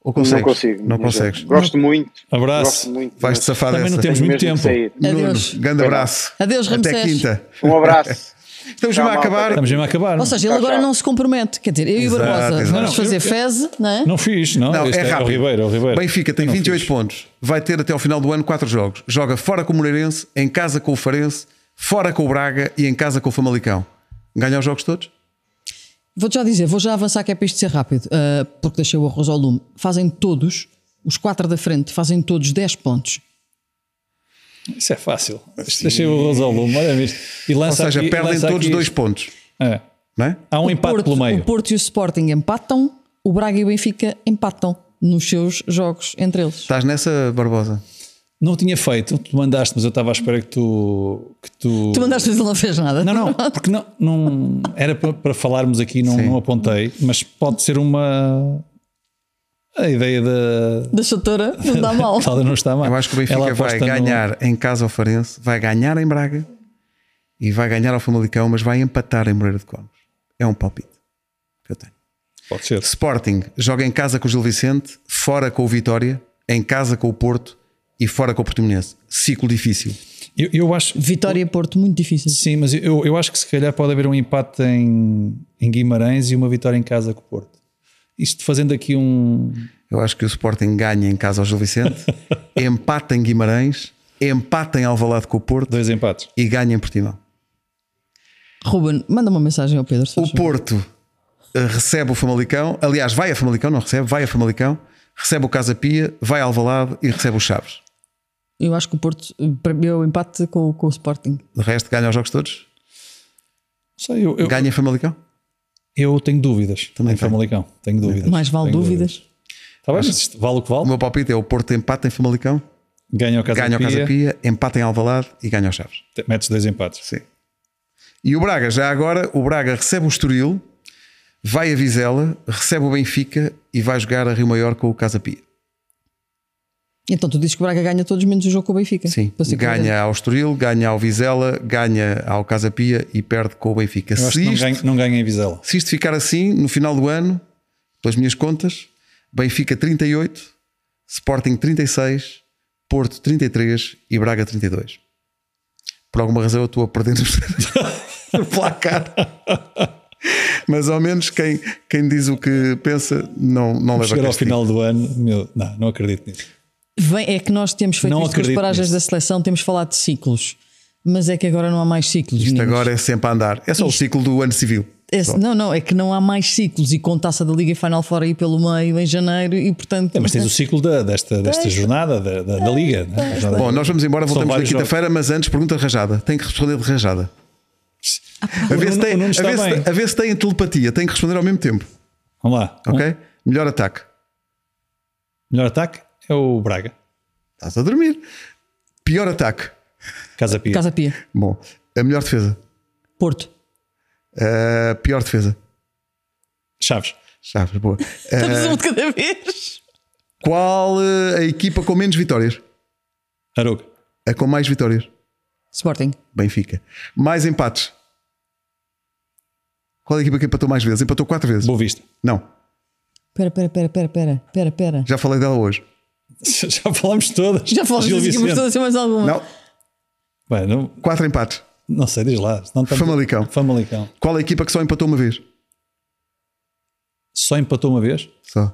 Ou consegues?
Não consigo.
Não
mas já.
consegues.
Gosto muito.
Abraço.
Gosto muito.
Vais-te safar
Também
dessa.
não temos
Tenho
muito
mesmo
tempo.
que sair.
Nuno,
Adeus.
grande abraço.
Adeus,
Até
Ramsés.
quinta.
Um
[LAUGHS]
abraço.
Estamos já a
Tchau,
acabar.
malta.
Estamos mesmo a acabar.
Ou
não?
seja, ele
Tchau,
agora
tchau.
não se compromete. Quer dizer, eu e o
Exato,
Barbosa
exato.
vamos fazer
Eu-
Fez, não é?
Não fiz, não.
Não,
Este
é rápido.
o Ribeiro, é o Ribeiro.
Benfica tem
Não
28
fiz.
pontos. Vai ter até ao final do ano 4 jogos. Joga fora com o Moreirense, em casa com o Farense, fora com o Braga e em casa com o Famalicão. Ganha os jogos todos?
Vou-te já dizer, vou já avançar que é para isto ser rápido, ah, porque deixei o arroz ao lume. Fazem todos, os quatro da frente, fazem todos 10 pontos.
Isso é fácil. Deixei o Rosa ao lume, olha isto. E
Ou
lança
seja,
aqui-
perdem
lança
todos
aqui
dois
isto.
pontos.
É.
Não é?
Há um empate
Porto,
pelo meio.
O Porto e o Sporting empatam, o Braga e o Benfica empatam nos seus jogos entre eles.
Estás nessa, Barbosa?
Não tinha feito, tu mandaste, mas eu estava à espera que tu. Que tu...
Tu mandaste mas ele não fez nada.
Não,
[LAUGHS]
não, porque não, não era para, para falarmos aqui, não,
Sim.
não apontei, mas pode ser uma. A ideia da.
Da chatora não dá
[LAUGHS]
mal.
Ela não está mal.
Eu acho que o Benfica vai
Ela aposta no-
ganhar em casa ao Farense, vai ganhar em Braga e vai ganhar ao Famalicão, mas vai empatar em Moreira de Cónegos. É um palpite que eu tenho.
Pode ser.
Sporting joga em casa com o Gil Vicente, fora com o Vitória, em casa com o Porto e fora com o Portimonense. Ciclo difícil.
Eu, eu acho.
Vitória e Porto, muito difícil.
Sim, mas eu, eu acho que se calhar pode haver um empate em, em Guimarães e uma vitória em casa com o Porto. Isto fazendo aqui um.
Eu acho que o Sporting ganha em casa ao Gil
[LAUGHS]
Vicente, empata em Guimarães, empata em Alvalade com o Porto
Dois empates.
e ganha em Portimão.
Ruben, manda uma mensagem ao Pedro. se
O
faz favor.
Porto eh, recebe o Famalicão, aliás, vai a Famalicão, não recebe, vai a Famalicão, recebe o Casa Pia, vai a Alvalade e recebe o Chaves.
Eu acho que o Porto, eh, para mim, é o empate com, com o Sporting.
De resto, ganha os jogos todos?
Não Sei, eu, eu,
Ganha em Famalicão?
eu tenho dúvidas.
Também
Também em
tenho.
Famalicão. Tenho dúvidas.
Mais vale
Tenho
dúvidas.
Está bem, mas isto vale o que
O
vale.
meu palpite é o Porto empata em Famalicão,
Ganha o Casa
ganha o
Pia,
Casa Pia, empata em Alvalade e ganha os Chaves.
te- metes dois empates.
Sim. E o Braga, já agora, o Braga recebe o Estoril, vai a Vizela, recebe o Benfica e vai jogar a Rio Maior com o Casa Pia.
Então tu dizes que o Braga ganha todos menos o jogo com o Benfica.
Sim,
Para ser
ganha ao Estoril, ganha ao Vizela, ganha ao Casa Pia e perde com o Benfica.
Eu acho
Se
que não
isto,
ganha, não ganha em Vizela.
se isto ficar assim, no final do ano, pelas minhas contas, Benfica 38, Sporting 36, Porto 33 e Braga 32. Por alguma razão eu estou a perder o [LAUGHS] placar. Mas ao menos quem, quem diz o que pensa não, não leva
Chegar ao
castigo.
final do ano, meu, não, não acredito nisso.
Vem- é que nós temos feito
Não
isto com as
acredito
paragens
nisso.
da seleção, temos falado de ciclos. Mas é que agora não há mais ciclos.
Isto
meninos.
agora é sempre a andar. É só o
Isto-
ciclo do ano civil.
É- não, não, é que não há mais ciclos e com taça da Liga e Final fora aí pelo meio em janeiro e portanto.
É, mas tens o ciclo da- desta, desta jornada da, da, da Liga. né? A jornada-
Bom, nós vamos embora,
São
voltamos na
vários
quinta-feira, mas antes, pergunta rajada. Tem que responder de rajada. A ver, se
Nuno-
tem,
o Nuno
a,
está
ver se,
bem.
a ver se tem telepatia, tem que responder ao mesmo tempo.
Vamos lá.
Ok? Melhor ataque.
O melhor ataque é o Braga.
Estás a dormir. Pior ataque.
Casa Pia.
Casa Pia.
Bom, a melhor defesa.
Porto.
A pior defesa.
Chaves.
Chaves, boa.
Eh,
Estamos um de cada vez.
Qual eh, a equipa com menos vitórias?
Aruga.
A com mais vitórias?
Sporting.
Benfica. Mais empates? Qual é a equipa que empatou mais vezes? Empatou quatro vezes?
Boa Vista. [LAUGHS]
Não.
Pera, pera, pera, pera, pera, pera, pera.
Já falei dela hoje.
Já falámos todas.
Já falaste
Gil
disso aqui, mas
Vicente.
todas têm mais alguma.
Não.
Bem, não,
Quatro empates.
não sei, diz lá. senão estamos-
Famalicão.
Famalicão.
Qual é a equipa que só empatou uma vez?
Só empatou uma vez?
Só.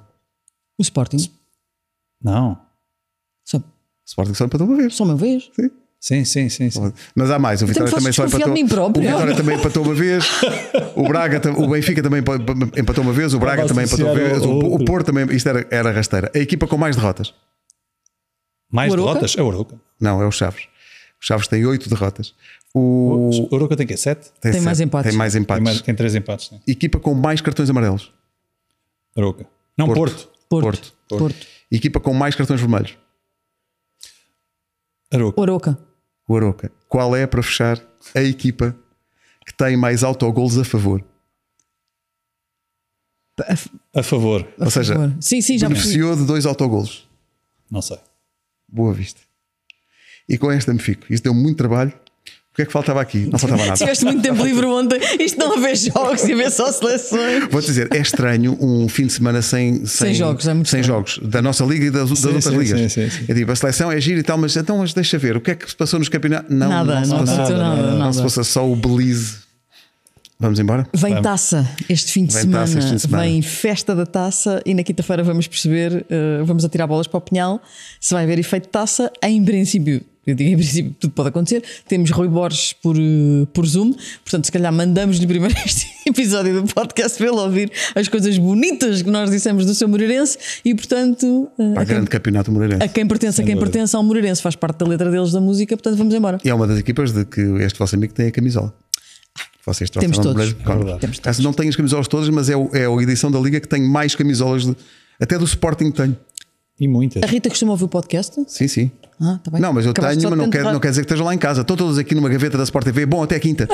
O Sporting.
Não.
Só,
Sporting só empatou uma vez.
só uma vez.
Sim.
Sim, sim, sim. sim.
Mas há mais. O Vitória
me
também
fazes
só
desconfiar
empatou.
de mim próprio.
O Vitória também empatou uma vez. O Braga, tam- o Benfica também empa- empatou uma vez. O Braga
Estava
também
a
empatou uma
associar
vez.
ao- ao
O, o
outro.
Porto também. Isto era, era rasteira. A equipa com mais derrotas.
Mais
O Arouca?
derrotas? É o Aruca.
Não, é o Chaves. O Chaves tem oito derrotas. O,
O Aruca tem o quê? Sete?
tem, sete.
mais empates.
Tem mais
Tem,
empates.
mais, tem três empates. Né?
Equipa com mais cartões amarelos.
Aruca. Não, Porto.
Porto.
Porto. Porto.
Equipa com mais cartões vermelhos.
Aruca.
Oroca.
O Aroca. Qual é, para fechar, a equipa que tem mais autogolos a favor?
A favor.
Ou seja,
Sim, sim, já percebi.
beneficiou de dois autogolos.
Não sei.
Boa Vista. E com esta me fico. Isso deu muito trabalho. O que é que faltava aqui? Não faltava nada.
Tiveste muito tempo livre ontem. Isto não a ver jogos e a ver só seleções.
Vou-te dizer, é estranho um fim de semana sem, sem,
jogos, é muito
sem
estranho.
jogos da nossa liga e das, das outras
sim,
ligas.
sim, sim, sim.
É tipo, a seleção é gira e tal, mas então mas deixa ver o que é que se passou nos campeonatos. Não,
nada,
não, se
não
passa-
aconteceu
nada,
nada.
nada.
nada.
não se passa só o Belize. Vamos embora?
Vem taça este fim de
Vem
semana.
taça este fim de semana.
Vem festa da taça e na quinta-feira vamos perceber, eh, vamos atirar bolas para o Pinhal, se vai haver efeito taça. Em princípio, eu digo em princípio, tudo pode acontecer. Temos Rui Borges por, eh, por Zoom, portanto, se calhar mandamos-lhe primeiro [LAUGHS] este episódio do podcast para ele ouvir as coisas bonitas que nós dissemos do seu Moreirense e, portanto, eh,
Para
a,
o grande
quem,
campeonato
a
Moreirense.
quem pertence, a quem
dúvida.
pertence ao Moreirense, faz parte da letra deles da música, portanto, vamos embora.
E é uma das equipas de que este vosso amigo tem a camisola. Vocês
Temos
trouxeram
todos.
de Moreirense.
É verdade.
Temos todos.
Caso não tenho as camisolas todas, mas é, o- é a edição da liga que tem mais camisolas, de- até do Sporting tenho.
E muitas.
A Rita costuma ouvir o podcast?
Sim, sim.
Ah, tá bem.
Não, mas eu
Acabaste
tenho,
só
mas
de
não quer,
enterrar-
não quer dizer que esteja lá em casa. Estão todos aqui numa gaveta da Sport TV. Bom, até quinta.